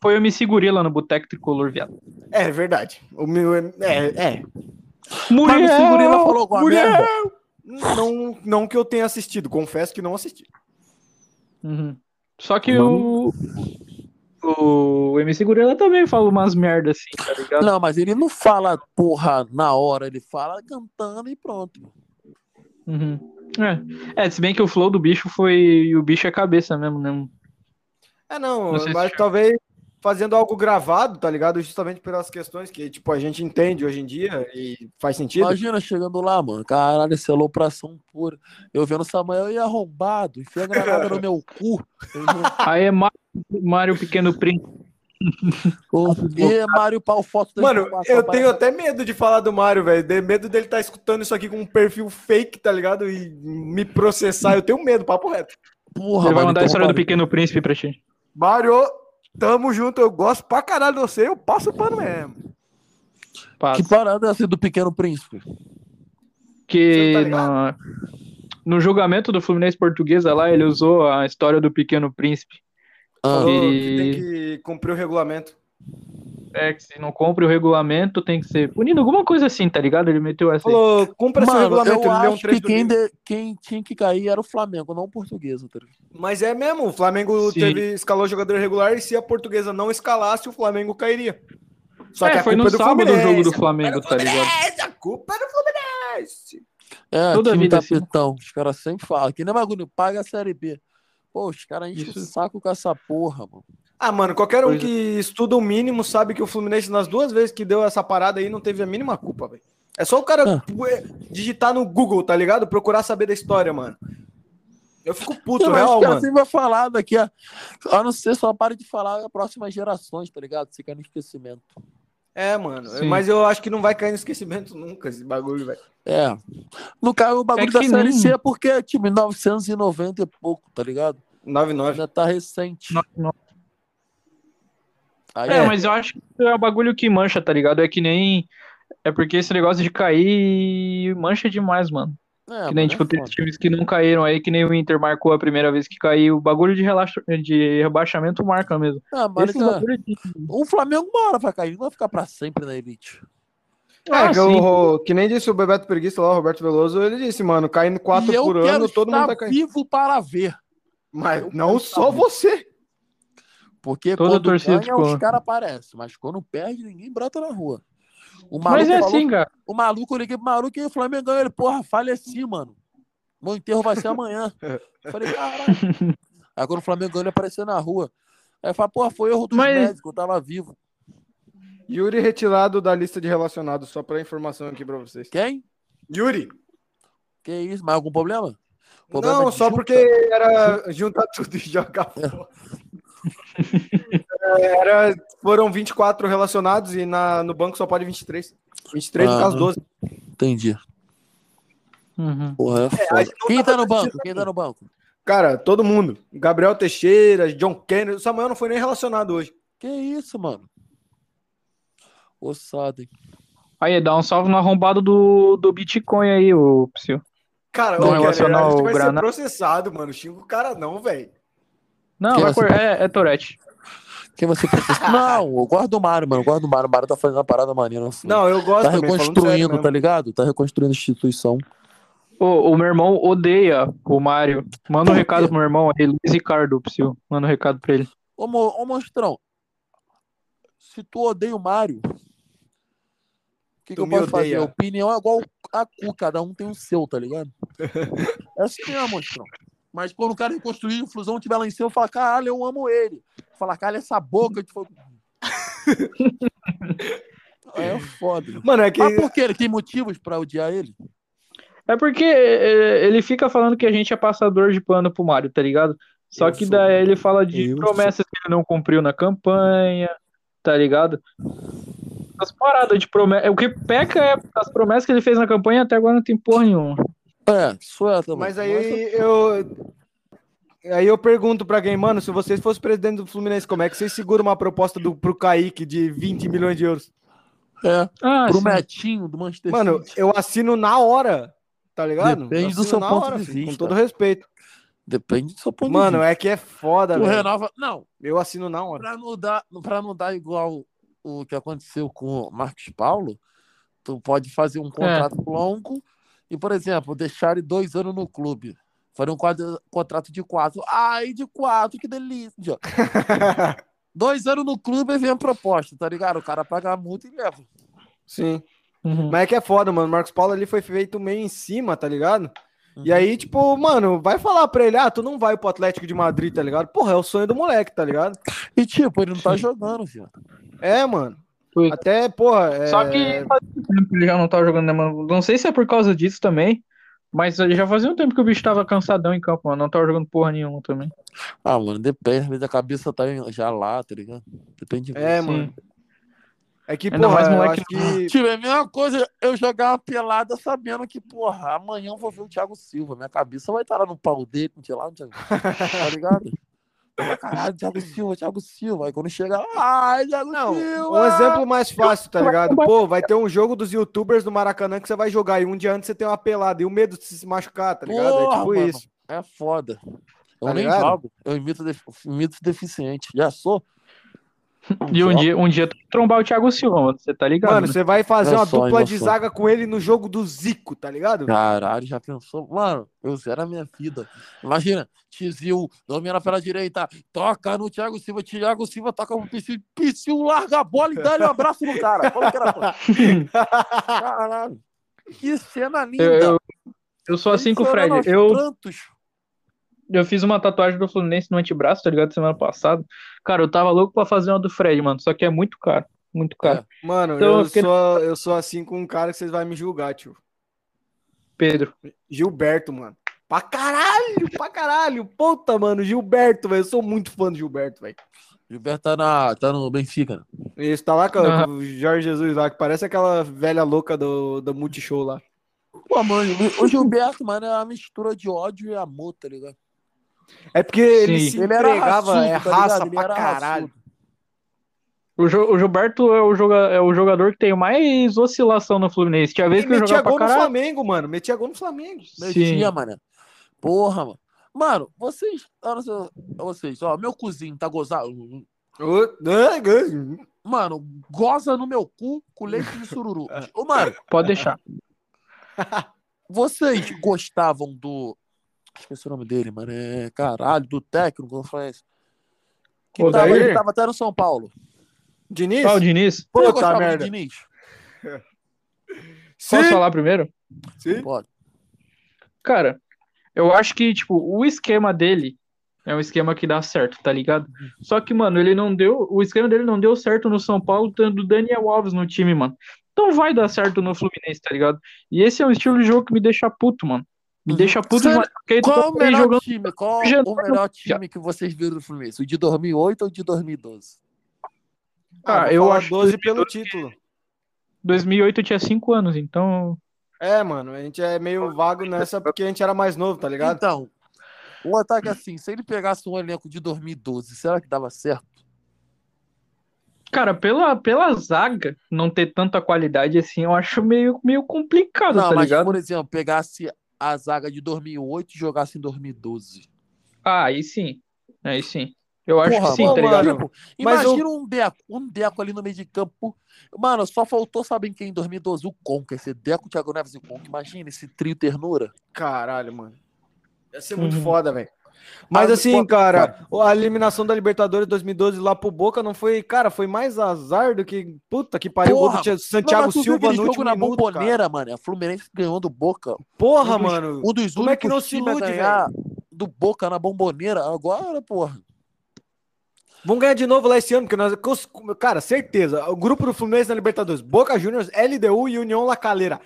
S2: foi eu me segurei lá no Boteco Tricolor, viado.
S3: É verdade. O meu é. É. é.
S4: Mas
S2: Muriel!
S4: o Figurino falou alguma
S3: Muriel!
S4: merda?
S3: Não, não que eu tenha assistido, confesso que não assisti.
S2: Uhum. Só que o. O MC Gorila também fala umas merdas assim, tá ligado?
S4: Não, mas ele não fala porra na hora, ele fala cantando e pronto.
S2: Uhum. É. É, se bem que o flow do bicho foi. E o bicho é cabeça mesmo, né?
S3: É, não,
S2: Não sei se
S3: mas
S2: chama.
S3: talvez fazendo algo gravado, tá ligado? Justamente pelas questões que, tipo, a gente entende hoje em dia e faz sentido.
S4: Imagina chegando lá, mano. Caralho, essa alopração pura. Eu vendo Samuel e arrombado, enfia a granada no meu cu. Eu não
S2: Aí é Mário, Mário Pequeno Príncipe.
S4: E Mário Pau foto da
S3: Mano,
S4: informação
S3: eu tenho
S4: pra-
S3: até medo de falar do Mário, velho. De- Medo dele estar escutando isso aqui com um perfil fake, tá ligado? E me processar. Eu tenho medo, papo reto.
S4: Porra,
S2: Ele vai
S4: mano,
S2: mandar a
S4: então,
S2: história do
S4: mano,
S2: Pequeno Príncipe pra ti.
S3: Mário, tamo junto. Eu gosto pra caralho de você. Eu passo o pano mesmo.
S2: Passa.
S4: Que parada é essa do Pequeno Príncipe?
S2: Que
S3: Você tá não
S2: na- no julgamento do Fluminense Portuguesa lá, ele usou a história do Pequeno Príncipe.
S4: Ah,
S3: Falou que
S2: E-
S3: tem que cumprir o regulamento.
S2: É que se não cumpre o regulamento, tem que ser punido. Alguma coisa assim, tá ligado? Ele meteu essa. aí.
S3: Falou, cumpra seu
S4: Mano,
S3: regulamento.
S4: eu
S3: Ele leu um
S4: acho que
S3: trecho do
S4: quem,
S3: livro.
S4: de- quem tinha que cair era o Flamengo, não o português. tá ligado?
S3: Mas é mesmo, o Flamengo
S2: Sim.
S3: teve, escalou jogador regular e se a portuguesa não escalasse, o Flamengo cairia. Só
S2: é,
S3: que a
S2: foi
S3: culpa
S2: no
S3: é do
S2: sábado o
S3: Fluminense.
S2: jogo do Flamengo, tá ligado?
S3: Essa culpa é do Fluminense.
S4: É,
S2: Toda
S4: Toda time
S2: vida assim.
S4: capitão. Os caras sempre falam. Que nem bagulho, paga a Série B. Pô, os caras enchem o
S2: Isso.
S4: saco com essa porra, mano.
S3: Ah, mano, qualquer um
S2: Pois é.
S3: que estuda o mínimo sabe que o Fluminense, nas duas vezes que deu essa parada aí, não teve a mínima culpa, velho. É só o cara
S4: Ah.
S3: eh, digitar no Google, tá ligado? Procurar saber da história, mano. Eu fico puto,
S4: Eu acho
S3: real,
S4: que
S3: mano.
S4: assim vai falar daqui a. A não ser só para de falar as próximas gerações, tá ligado? Fica no esquecimento.
S3: É, mano.
S2: Sim.
S3: Mas eu acho que não vai cair no esquecimento nunca esse bagulho, velho.
S4: É. Não caiu o bagulho
S2: É
S4: da
S2: que
S4: Série
S2: nem-
S4: C porque, tipo, 1990 e pouco, tá ligado?
S3: 9-9.
S4: Ainda tá recente.
S2: Não- não-
S4: Aí,
S2: É, mas eu acho que é o bagulho que mancha, tá ligado? É que nem. É porque esse negócio de cair mancha demais, mano.
S4: é,
S2: que nem,
S4: mas é
S2: tipo, tem
S4: foda.
S2: times que não caíram aí, que nem o Inter marcou a primeira vez que caiu. O bagulho de, relaxa... de rebaixamento marca mesmo.
S4: Ah, mas
S2: Esse
S4: cara,
S2: bagulho de...
S4: O Flamengo uma hora vai cair, não vai ficar pra sempre na elite.
S2: Ah,
S3: É, que,
S2: sim.
S3: o- que nem disse o Bebeto Preguiça lá, o Roberto Veloso, ele disse, mano, caindo quatro
S4: e eu
S3: por
S4: quero
S3: ano, todo
S4: estar
S3: mundo tá caindo.
S4: vivo para ver.
S3: Mas não só você.
S4: Porque
S2: Toda
S4: quando
S2: torcida
S4: ganha,
S2: ficou.
S4: os caras aparecem. Mas quando perde, ninguém brota na rua. O maluco,
S2: Mas é
S4: falou-
S2: assim, cara.
S4: o maluco eu liguei pro maluco e o Flamengo ganhou. Ele, porra, faleci, mano. Meu enterro vai ser amanhã. Eu falei, caralho. Aí quando o Flamengo ganhou, ele apareceu na rua. Aí eu falei, porra, foi erro dos
S2: Mas-
S4: médicos, eu tava vivo.
S3: Yuri retirado da lista de relacionados, só pra informação aqui pra vocês.
S4: Quem?
S3: Yuri?
S4: Que isso? Mas algum problema? Problema é
S3: Não,
S4: de
S3: só
S4: junta?
S3: porque era juntar tudo e jogar fora. É, era, foram 24 relacionados e na, no banco só pode 23. 23 por causa
S4: Ah.
S3: 12.
S4: Entendi.
S2: Uhum.
S4: Porra, é foda.
S3: gente não
S4: Quem
S3: tava
S4: tá no banco?
S3: precisando.
S4: Quem tá no banco?
S3: Cara, todo mundo. Gabriel Teixeira, John Kennedy. O Samuel não foi nem relacionado hoje.
S4: Que isso, mano? Ossado, hein?
S2: Aí, dá um salve no arrombado do, do Bitcoin aí, ô Psyu.
S3: Cara,
S2: Não
S3: ô, Kennedy,
S2: relacionar
S3: a gente
S2: o
S3: vai ser
S2: Granada.
S3: processado, mano. Xinga o cara não, velho.
S4: Tá
S2: Não,
S4: Quem
S2: vai
S4: é
S2: cor- é, é Tourette.
S4: Quem você processa? Não, eu guardo o Mário, mano. eu Guardo o Mário. O Mário tá fazendo uma parada maneira. Assim.
S3: Não, eu gosto
S4: tá
S3: também, falando sério
S4: reconstruindo,
S3: mesmo.
S4: tá ligado? Tá reconstruindo a instituição.
S2: Ô, o meu irmão odeia o Mário. Manda um
S4: Por
S2: recado
S4: quê?
S2: pro meu irmão aí, Luiz Ricardo, Psyu. Manda um recado pra ele.
S4: Ô, mo- ô monstrão. Se tu odeia o Mário, o que, que
S3: Tu
S4: eu
S3: me
S4: posso fazer?
S3: odeia.
S4: Opinião é igual a cu, cada um tem o seu, tá ligado? É assim mesmo, monstrão. Mas quando o cara reconstruir, o Flusão tiver lá em cima, eu falo, caralho, eu amo ele. Fala, caralho, essa boca de fogo. é foda.
S3: Mano, é que.
S4: Mas por que ele tem motivos pra odiar ele?
S2: É porque é, ele fica falando que a gente é passador de pano pro Mário, tá ligado? Só
S3: Eu
S2: que
S3: sou. um
S2: daí ele fala de
S4: Eu sou.
S2: promessas que ele não cumpriu na campanha, tá ligado? As paradas de promessas. O que peca é as promessas que ele fez na campanha até agora não tem porra nenhuma.
S4: É, isso é também.
S3: Mas aí eu. Aí eu pergunto pra quem, mano, se vocês fossem presidente do Fluminense, como é que vocês seguram uma proposta do, pro Kaique de 20 milhões de euros?
S4: É,
S2: Ah,
S4: pro
S2: sim.
S4: Metinho do Manchester
S3: Mano,
S4: City.
S3: eu assino na hora, tá ligado?
S4: Depende
S3: Eu
S4: do
S3: assino
S4: seu
S3: na
S4: ponto de
S3: filho, Com
S4: vista.
S3: todo respeito.
S4: Depende do seu ponto
S3: Mano,
S4: de
S3: é que é foda,
S4: vista. Tu
S3: velho.
S4: renova. Não,
S3: Eu assino na hora.
S4: pra não, dar, pra não dar igual o que aconteceu com o Marcos Paulo, tu pode fazer um contrato longo e, por exemplo, deixar ele dois anos no clube. Fazer um quadro- contrato de quatro. Ai, de quatro, que delícia. Dois anos no clube e vem a proposta, tá ligado? O cara paga a multa e leva.
S3: Sim.
S2: Uhum.
S3: Mas é que é foda, mano. O Marcos Paulo ali foi feito meio em cima, tá ligado? E
S4: Uhum.
S3: aí, tipo, mano, vai falar pra ele, ah, tu não vai pro Atlético de Madrid, tá ligado? Porra, é o sonho do moleque, tá ligado?
S4: E tipo, ele não tá jogando, viu?
S3: É, mano.
S2: Pois.
S3: Até, porra. é-
S2: Só que fazia um tempo que ele já não tava jogando, né, mano? Não sei se é por causa disso também, mas já fazia um tempo que o bicho tava cansadão em campo, mano. Não tava jogando porra nenhuma também.
S4: Ah, mano, depende. Às vezes a cabeça tá em- já lá, tá ligado? Depende.
S3: É,
S2: Sim.
S3: mano. É que,
S2: Ainda
S3: porra,
S2: mais
S3: eu
S2: moleque-
S3: acho que.
S4: Tipo, é a mesma coisa eu jogar uma pelada sabendo que, porra, amanhã eu vou ver o Thiago Silva. Minha cabeça vai estar lá no pau dele, sei lá, no Thiago. tá ligado? Eu falo, Caralho, Thiago Silva, Thiago Silva. Aí quando chega lá, ai, Thiago
S3: Não,
S4: Silva.
S3: um exemplo mais fácil, tá ligado? Pô, vai ter um jogo dos youtubers do Maracanã que você vai jogar e um dia antes você tem uma pelada e o medo de se machucar, tá ligado? é
S4: Porra,
S3: tipo
S4: mano,
S3: isso.
S4: É foda. Eu
S3: Tá
S4: nem
S3: ligado?
S4: jogo. Eu imito, def- imito deficiente. Já sou.
S2: E um dia, um dia tu vai trombar o Thiago Silva, mano. Você tá ligado?
S3: Mano,
S2: né?
S3: você vai fazer
S4: É
S3: uma
S4: sonho,
S3: dupla
S4: é
S3: de
S4: sonho.
S3: zaga com ele no jogo do Zico, tá ligado?
S4: Caralho, já pensou? Mano, eu zero a minha vida. Imagina, Tizil domina pela direita, toca no Thiago Silva, Thiago Silva toca um no Piscil, Piscil larga a bola e dá-lhe um abraço no cara. Como que era, pô? Caralho. Que cena linda. é
S2: Eu,
S3: Então,
S2: eu, eu sou assim com o
S3: é
S2: Fred. Eu,
S4: Tantos.
S2: eu fiz uma tatuagem do Fluminense no antebraço, tá ligado? Semana passada. Cara, eu tava louco pra fazer uma do Fred, mano. Só que é muito caro. Muito caro.
S3: Mano,
S2: Então,
S3: eu,
S2: eu queria-
S3: sou, eu sou assim com um cara que vocês vão me julgar, tio.
S2: Pedro.
S3: Gilberto, mano. Pra caralho, pra caralho. Puta, mano, Gilberto, velho. Eu sou muito fã do Gilberto, velho.
S4: Gilberto tá, na, tá no Benfica. né?
S3: Isso tá lá com,
S2: Aham.
S3: com o Jorge Jesus lá, que parece aquela velha louca do, do Multishow lá.
S4: Pô, mano, o Gilberto, mano, é uma mistura de ódio e amor, tá ligado?
S3: É porque ele
S2: Sim.
S3: se
S4: Ele era
S3: entregava,
S4: raçudo,
S3: é
S4: tá
S3: raça
S4: ligado? Ele
S3: pra
S4: era
S3: caralho.
S2: O, Jo- o Gilberto é o, joga- é o jogador que tem mais oscilação no Fluminense. Tinha vez
S3: Ele
S2: que eu
S3: metia
S2: jogava
S3: gol
S2: pra
S3: no
S2: caralho.
S3: Flamengo, mano. Metia gol no Flamengo.
S2: Sim.
S4: Metia, mano. Porra, mano. Mano, vocês. eu não sei- Vocês, ó, meu cozinho tá gozado.
S3: né,
S4: Mano, goza no meu cu com leite de sururu. Ô, mano,
S2: Pode deixar.
S4: vocês gostavam do. Esqueci o nome dele, mano. É, caralho, do técnico, não foi esse? Que
S2: Ô,
S4: tava,
S3: Daí?
S4: ele tava até no São Paulo.
S3: Diniz?
S2: Fala, Diniz.
S4: Vocês
S3: Puta
S4: gostavam do
S3: merda.
S4: Diniz?
S3: Sim,
S2: Posso falar primeiro?
S3: sim.
S4: Pode.
S2: Cara, eu acho que, tipo, o esquema dele é um esquema que dá certo, tá ligado? Só que, mano, ele não deu. O esquema dele não deu certo no São Paulo, tendo o Daniel Alves no time, mano. Então vai dar certo no Fluminense, tá ligado? E esse é um estilo de jogo que me deixa puto, mano. Me
S4: Uhum.
S2: deixa puto,
S4: Sério?
S2: mas porque
S4: Qual o
S2: ele
S4: melhor
S2: tá jogando
S4: time? Qual
S2: Já-
S4: o melhor time que vocês viram no Fluminense? O de 2008 ou o de 2012?
S3: Ah,
S2: Ah,
S3: vou
S2: eu
S3: falar
S2: acho que
S3: 12 pelo título.
S2: 2008 eu tinha 5 anos, então.
S3: É, mano, a gente é meio vago nessa porque a gente era mais novo, tá ligado?
S4: Então, o ataque assim, se ele pegasse um elenco de 2012, será que dava certo?
S2: Cara, pela, pela zaga não ter tanta qualidade assim, eu acho meio, meio complicado,
S4: Não,
S2: tá
S4: mas,
S2: ligado?
S4: por exemplo, pegasse a zaga de 2008 e jogasse em 2012.
S2: Ah, aí sim. Aí sim. Eu acho
S4: Porra,
S2: que sim,
S4: mano,
S2: tá ligado?
S4: tipo,
S3: Mas
S4: imagina um Deco, um Deco ali no meio de campo. Mano, só faltou, sabem quem em 2012? O Conca. Esse Deco, Thiago Neves e o Conca. Imagina esse trio ternura.
S3: Caralho, mano. Ia ser muito
S2: Uhum.
S3: foda, velho. Mas
S4: Ah,
S3: assim,
S4: pô,
S3: cara, a eliminação da Libertadores 2012 lá pro Boca não foi, cara, foi mais azar do que. Puta que pariu, o gol do
S4: Porra,
S3: Thi-
S4: Não,
S3: Santiago
S4: mas tu viu
S3: Silva
S4: aquele
S3: no
S4: jogo
S3: último
S4: na
S3: minuto, cara.
S4: bomboneira, mano. A Fluminense ganhou do Boca.
S3: Porra,
S4: Um dos-
S3: mano.
S4: Um dos
S3: Como é que
S4: únicos
S3: não se
S4: times a
S3: ilude,
S4: ganhar do Boca na bomboneira. Agora, porra.
S3: Vamos ganhar de novo lá esse ano, porque nós. cons- Cara, certeza. O grupo do Fluminense na Libertadores, Boca Juniors, LDU e União La Calera.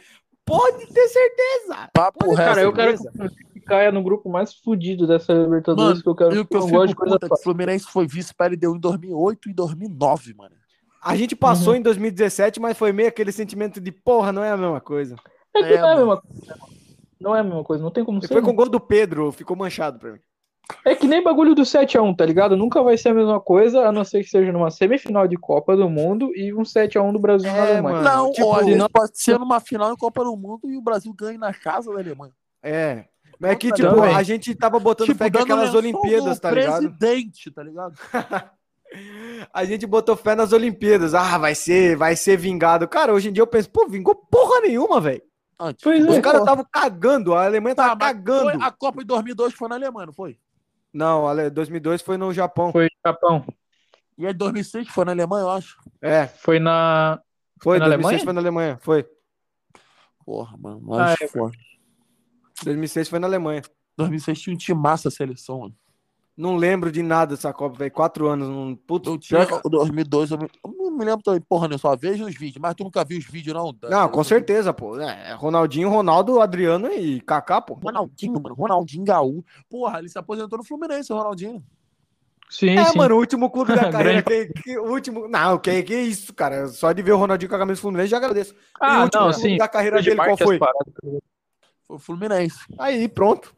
S3: Pode ter certeza.
S4: Papo
S3: Pode,
S4: reto.
S2: Cara, eu quero que
S3: certeza.
S2: o Fluminense caia no grupo mais fudido dessa Libertadores
S4: Mano,
S2: que eu quero
S4: E o que eu
S2: não gosto de
S4: fico
S2: coisa
S4: puta é que o Fluminense foi vice para LDU em 2008 e 2009, mano.
S3: A gente passou em 2017, mas foi meio aquele sentimento de porra, não é a mesma coisa.
S2: É que
S4: É,
S2: não é a
S4: mano.
S2: mesma coisa. Não é a mesma coisa, não tem como
S3: E
S2: ser.
S3: né? foi com o
S2: né?
S3: gol do Pedro, ficou manchado pra mim.
S2: É que nem bagulho do 7x1, tá ligado? Nunca vai ser a mesma coisa, a não ser que seja numa semifinal de Copa do Mundo e um 7x1 do Brasil na
S3: É,
S2: Alemanha.
S3: mano,
S4: não,
S3: tipo-
S4: olha, não pode ser numa final em Copa do Mundo e o Brasil ganha na casa da Alemanha.
S3: É. Mas é que,
S4: Puta,
S3: tipo,
S2: também.
S3: a gente tava botando fé que
S4: Tipo, dando
S3: aquelas
S4: lençol
S3: Olimpíadas,
S4: do
S3: tá ligado?
S4: presidente, tá ligado?
S3: A gente botou fé nas Olimpíadas. Ah, vai ser, vai ser vingado. Cara, hoje em dia eu penso, pô, vingou porra nenhuma, velho.
S4: Antes.
S2: Pois
S3: Os
S2: é.
S3: caras estavam cagando, a Alemanha
S4: Tá,
S3: tava
S4: mas
S3: cagando.
S4: foi- a Copa de 2002 foi na Alemanha, não foi?
S3: Não, Ale- 2002 foi no Japão.
S2: Foi Japão.
S4: E a de 2006 foi na Alemanha, eu acho.
S3: É,
S2: Foi na. Foi
S3: foi,
S2: na
S3: 2006
S2: Alemanha?
S3: foi na Alemanha, foi.
S4: Porra, mano, mas
S2: Ah, é.
S4: foi.
S3: 2006 foi na Alemanha.
S4: 2006 tinha um time massa a seleção, mano.
S3: Não lembro de nada dessa Copa, velho. Quatro anos, não... Putz,
S4: Eu tinha 2002, eu, me- eu não me lembro também, porra, né, eu só vejo os vídeos, mas tu nunca viu os vídeos, não? da-
S3: Não,
S4: da-
S3: com certeza, pô. É, Ronaldinho, Ronaldo, Adriano e Kaká, pô.
S4: Ronaldinho, mano. Ronaldinho Gaú. Porra, ele se aposentou no Fluminense, o Ronaldinho.
S2: Sim,
S3: É,
S2: sim.
S3: mano, o último clube da carreira.
S2: Grande.
S3: que, que- o último. Não, que, que isso, cara. Só de ver o Ronaldinho com a camisa do Fluminense já agradeço. e o
S2: ah,
S3: último
S2: não,
S3: clube
S2: sim.
S3: da carreira
S2: De
S3: dele, qual
S2: parte as
S3: foi?
S2: paradas.
S4: Foi o Fluminense.
S3: Aí, pronto.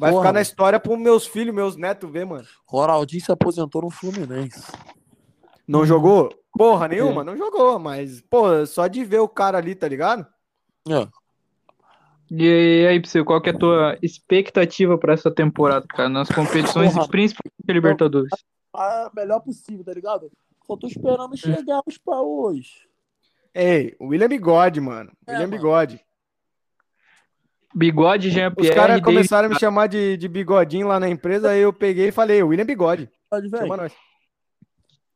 S3: Vai
S4: Porra,
S3: ficar na
S4: mano.
S3: história pros meus filhos, meus netos ver, mano.
S4: Ronaldinho se aposentou no Fluminense.
S3: Não jogou? Hum. Porra
S2: É.
S3: nenhuma, não jogou, mas, pô, só de ver o cara ali, tá ligado?
S2: E aí, Psyu, qual que é a tua expectativa pra essa temporada, cara? Nas competições
S4: Porra.
S2: e principalmente a Libertadores.
S4: Ah, melhor possível, tá ligado? Só tô esperando chegar os paus.
S3: Ei, o William Bigode, mano.
S4: É,
S3: William
S4: mano.
S3: Bigode.
S2: Bigode,
S3: Os
S2: Jean-Pierre,
S3: caras
S2: David-
S3: começaram a me chamar de, de bigodinho lá na empresa, aí eu peguei e falei, William Bigode.
S4: Pode ver.
S3: Chama nós.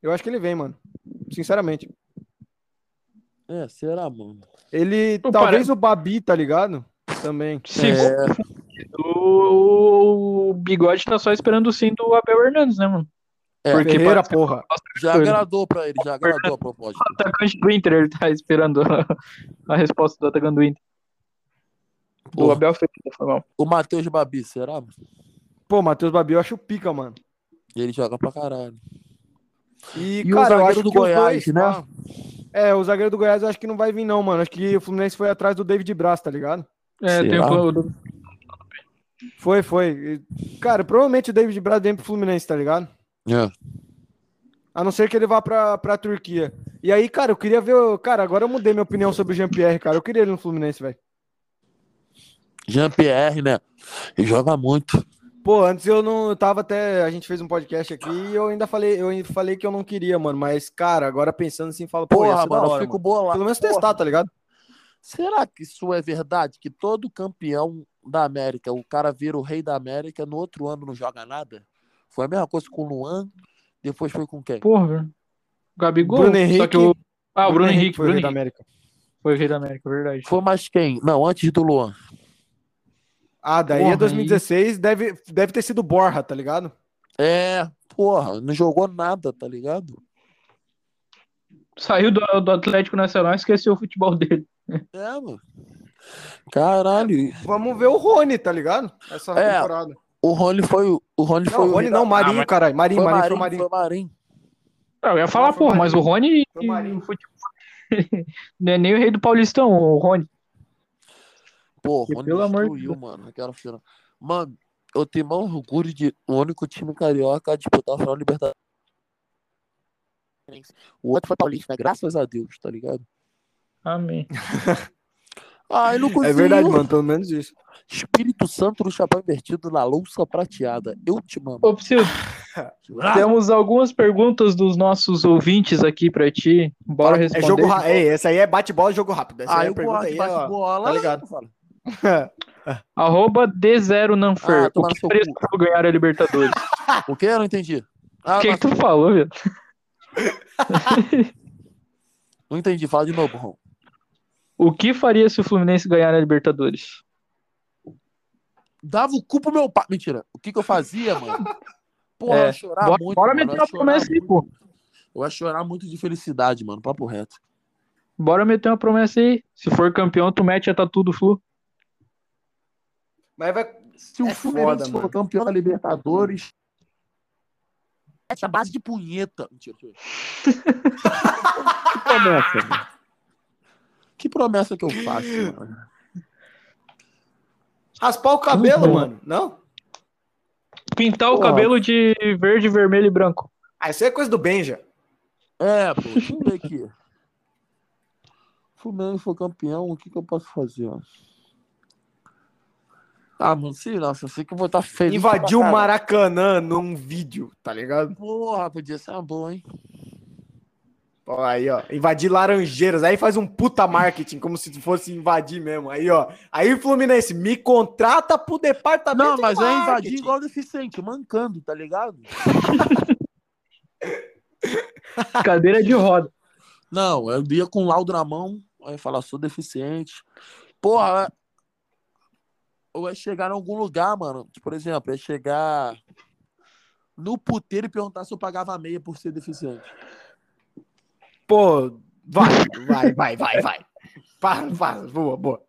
S3: Eu acho que ele vem, mano. Sinceramente.
S4: É, será, mano?
S3: Ele.
S2: Pô,
S3: talvez o Babi, tá ligado? Também.
S4: É,
S2: Segundo o o Bigode tá só esperando o sim do Abel Hernandes, né, mano?
S4: É,
S2: porque
S3: Ferreira,
S2: parece-
S3: porra.
S4: Já
S2: coisa.
S4: agradou pra ele, já agradou a proposta.
S2: o atacante do Inter, ele tá esperando a, a resposta do atacante do Inter. O
S4: Porra.
S2: Abel Ferreira, foi mal.
S4: O Matheus Babi, será? mano?
S3: Pô, Matheus Babi, eu acho pica, mano.
S4: Ele joga pra caralho.
S3: E,
S4: o
S3: cara, eu
S4: zagueiro
S3: acho
S4: do
S3: que os
S4: Goiás,
S3: dois,
S4: né?
S3: pá. É, o zagueiro do Goiás eu acho que não vai vir, não, mano. Acho que o Fluminense foi atrás do David Braz, tá ligado?
S2: É,
S4: Será?
S2: tem o Cláudio.
S3: Foi, foi. E, Cara, provavelmente o David Braz vem pro Fluminense, tá ligado?
S4: É.
S3: A não ser que ele vá pra, pra Turquia. E aí, cara, eu queria ver. o- Cara, agora eu mudei minha opinião sobre o Jean-Pierre, cara. Eu queria ele no Fluminense, velho.
S4: Jean-Pierre, né? Ele joga muito.
S3: Pô, antes eu não eu tava até. A gente fez um podcast aqui e eu ainda falei, eu ainda falei que eu não queria, mano. Mas, cara, agora pensando assim, falo, pô, ia
S4: Porra,
S3: ser da
S4: mano, eu
S3: hora,
S4: fico
S3: mano.
S4: bolado.
S3: Pelo menos
S4: Porra.
S3: testar, tá ligado?
S4: Será que isso é verdade? Que todo campeão da América, o cara vira o rei da América, no outro ano não joga nada? Foi a mesma coisa com o Luan, depois foi com quem?
S2: Porra, velho. Gabigol.
S3: Bruno
S2: Só
S3: Henrique.
S2: que o... Ah, o Bruno, Henrique.
S3: foi o
S2: Bruno
S3: rei da
S2: Henrique
S3: América.
S2: foi o rei da América, verdade.
S4: Foi mais quem? Não, antes do Luan.
S3: Ah, daí
S2: Porra,
S3: é 2016, deve, deve ter sido o Borra, tá ligado?
S4: É, porra, não jogou nada, tá ligado?
S2: Saiu do, do Atlético Nacional e esqueceu o futebol dele.
S4: É, mano. Caralho.
S3: Vamos ver o Rony, tá ligado? Essa
S4: É,
S3: temporada.
S4: O Rony foi o. O Rony
S3: Não,
S4: foi
S3: Rony
S4: o.
S3: não, Marinho,
S2: mas-
S3: caralho. Marinho,
S4: Foi
S3: Marinho,
S4: Marinho,
S3: foi Marinho.
S4: foi Marinho.
S2: Ah, eu ia falar,
S3: Foi
S2: porra, mas
S3: Marinho.
S2: o Rony.
S3: Foi Marinho.
S2: o futebol- Não é nem o rei do Paulistão, o Rony.
S4: Pô,
S2: Porque,
S4: Rony
S2: pelo amor de
S4: destruiu, mano, naquela final. Mano, eu tenho maior orgulho de o único time carioca a disputar a final Libertadores. O outro foi paulista, né? graças a Deus, tá ligado?
S2: Amém.
S4: Ah, ele não
S3: É
S4: conseguiu.
S3: verdade, mano, pelo menos isso.
S4: Espírito Santo no chapéu invertido na louça prateada. Eu te mando.
S2: Ô, Psyu, temos algumas perguntas dos nossos ouvintes aqui pra ti. Bora
S3: É
S2: responder.
S3: jogo rápido. Essa aí é bate-bola, jogo rápido. Essa
S4: Ah,
S3: aí é
S4: eu
S3: a pergunta
S4: gosto de
S3: aí, ó.
S4: bate-bola.
S3: tá ligado.
S4: fala.
S2: Arroba D0Nanfer.
S4: Ah,
S2: o
S4: tomar
S2: que
S4: seu
S2: faria se
S4: cu.
S2: o Galo ganhar a Libertadores?
S4: O que? Eu não entendi. Ah,
S2: O que,
S4: mas-
S2: que tu falou, velho?
S4: Não entendi. Fala de novo, Ron.
S2: O que faria se o Fluminense ganhar a Libertadores?
S4: Dava o cu pro meu pai. Mentira. O que que eu fazia, mano? Porra,
S2: É,
S4: eu ia chorar
S2: bora
S4: Tá muito.
S2: bora
S4: mano.
S2: meter
S4: Eu ia
S2: uma
S4: chorar
S2: promessa aí,
S4: muito.
S2: pô.
S4: Eu ia chorar muito de felicidade, mano. Papo reto.
S2: Bora meter uma promessa aí. Se for campeão, tu mete a tatu do Flu.
S3: Mas vai.
S4: Se o
S3: É
S4: Fluminense
S3: foda,
S4: for
S3: mano.
S4: campeão da Libertadores. Essa base de punheta. Mentira, mentira. Que promessa que eu faço, mano?
S3: Raspar o cabelo,
S2: Uhum.
S3: mano. Não?
S2: Pintar o
S4: Porra.
S2: cabelo de verde, vermelho e branco.
S3: Ah, isso aí é coisa do Benja.
S4: É, pô, deixa eu ver aqui. Fluminense for campeão, o que, que eu posso fazer? ó? Ah, mano, sei lá, só sei que eu vou estar feliz.
S3: Invadiu o
S4: pra caralho.
S3: Maracanã num vídeo, tá ligado?
S4: Porra, podia ser uma boa, hein?
S3: Ó, aí, ó. Invadir Laranjeiras. Aí faz um puta marketing, como se fosse invadir mesmo. Aí, ó. Aí, Fluminense, me contrata pro departamento.
S4: Não,
S3: de
S4: mas é invadir
S3: marketing.
S4: igual deficiente, mancando, tá ligado?
S2: Cadeira de roda.
S4: Não, eu ia com o laudo na mão, aí ia falar, sou deficiente. Porra, é- ou é chegar em algum lugar, mano. Por exemplo, é chegar no puteiro e perguntar se eu pagava meia por ser deficiente.
S3: Pô, vai, vai, vai, vai, vai. Para, para. Boa, boa.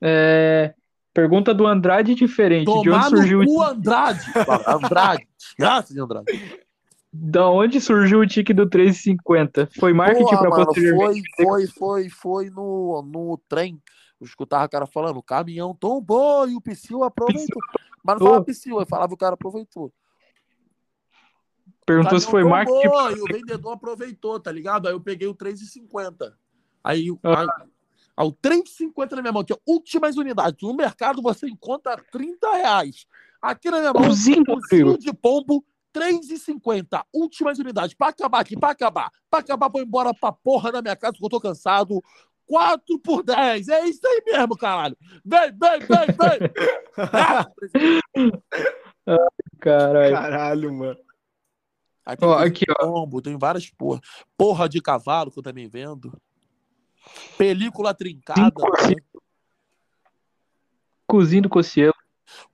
S2: É, Pergunta do Andrade diferente. de onde
S4: Tomar
S2: surgiu
S4: no
S2: o
S4: cu, Andrade. Andrade. Graças de Andrade.
S2: Da onde surgiu o tique do 350? Foi marketing
S4: Porra,
S2: pra
S4: mano,
S2: posteriormente?
S4: foi, foi, foi, foi no, no trem. Eu escutava o cara falando, o caminhão tombou e o Psyu aproveitou. Mas não falava Psyu, eu falava o cara aproveitou.
S2: Perguntou
S4: um
S2: se foi
S4: Caminhão
S2: marketing.
S4: tombou E o vendedor aproveitou, tá ligado? Aí eu peguei o 3,50. Aí o
S2: Ah.
S4: a- ao 3,50 na minha mão, que é últimas unidades. No mercado você encontra 30 reais. Aqui na minha mão,
S2: Cozinho,
S4: Um
S2: filho.
S4: fio de pombo, 3,50. Últimas unidades. Pra acabar aqui, pra acabar. Pra acabar, vou embora pra porra da minha casa, que eu tô cansado. 4 por 10. É isso aí mesmo, caralho. Vem, vem, vem, vem. Ah,
S2: Caralho.
S3: Caralho, mano.
S4: aí tem
S2: Ó,
S4: fio de
S2: aqui, ó.
S4: pombo, tem várias porra. Porra de cavalo que eu também vendo. Película trincada. né?
S2: Cinco por cento. Cozinho do Cocielo.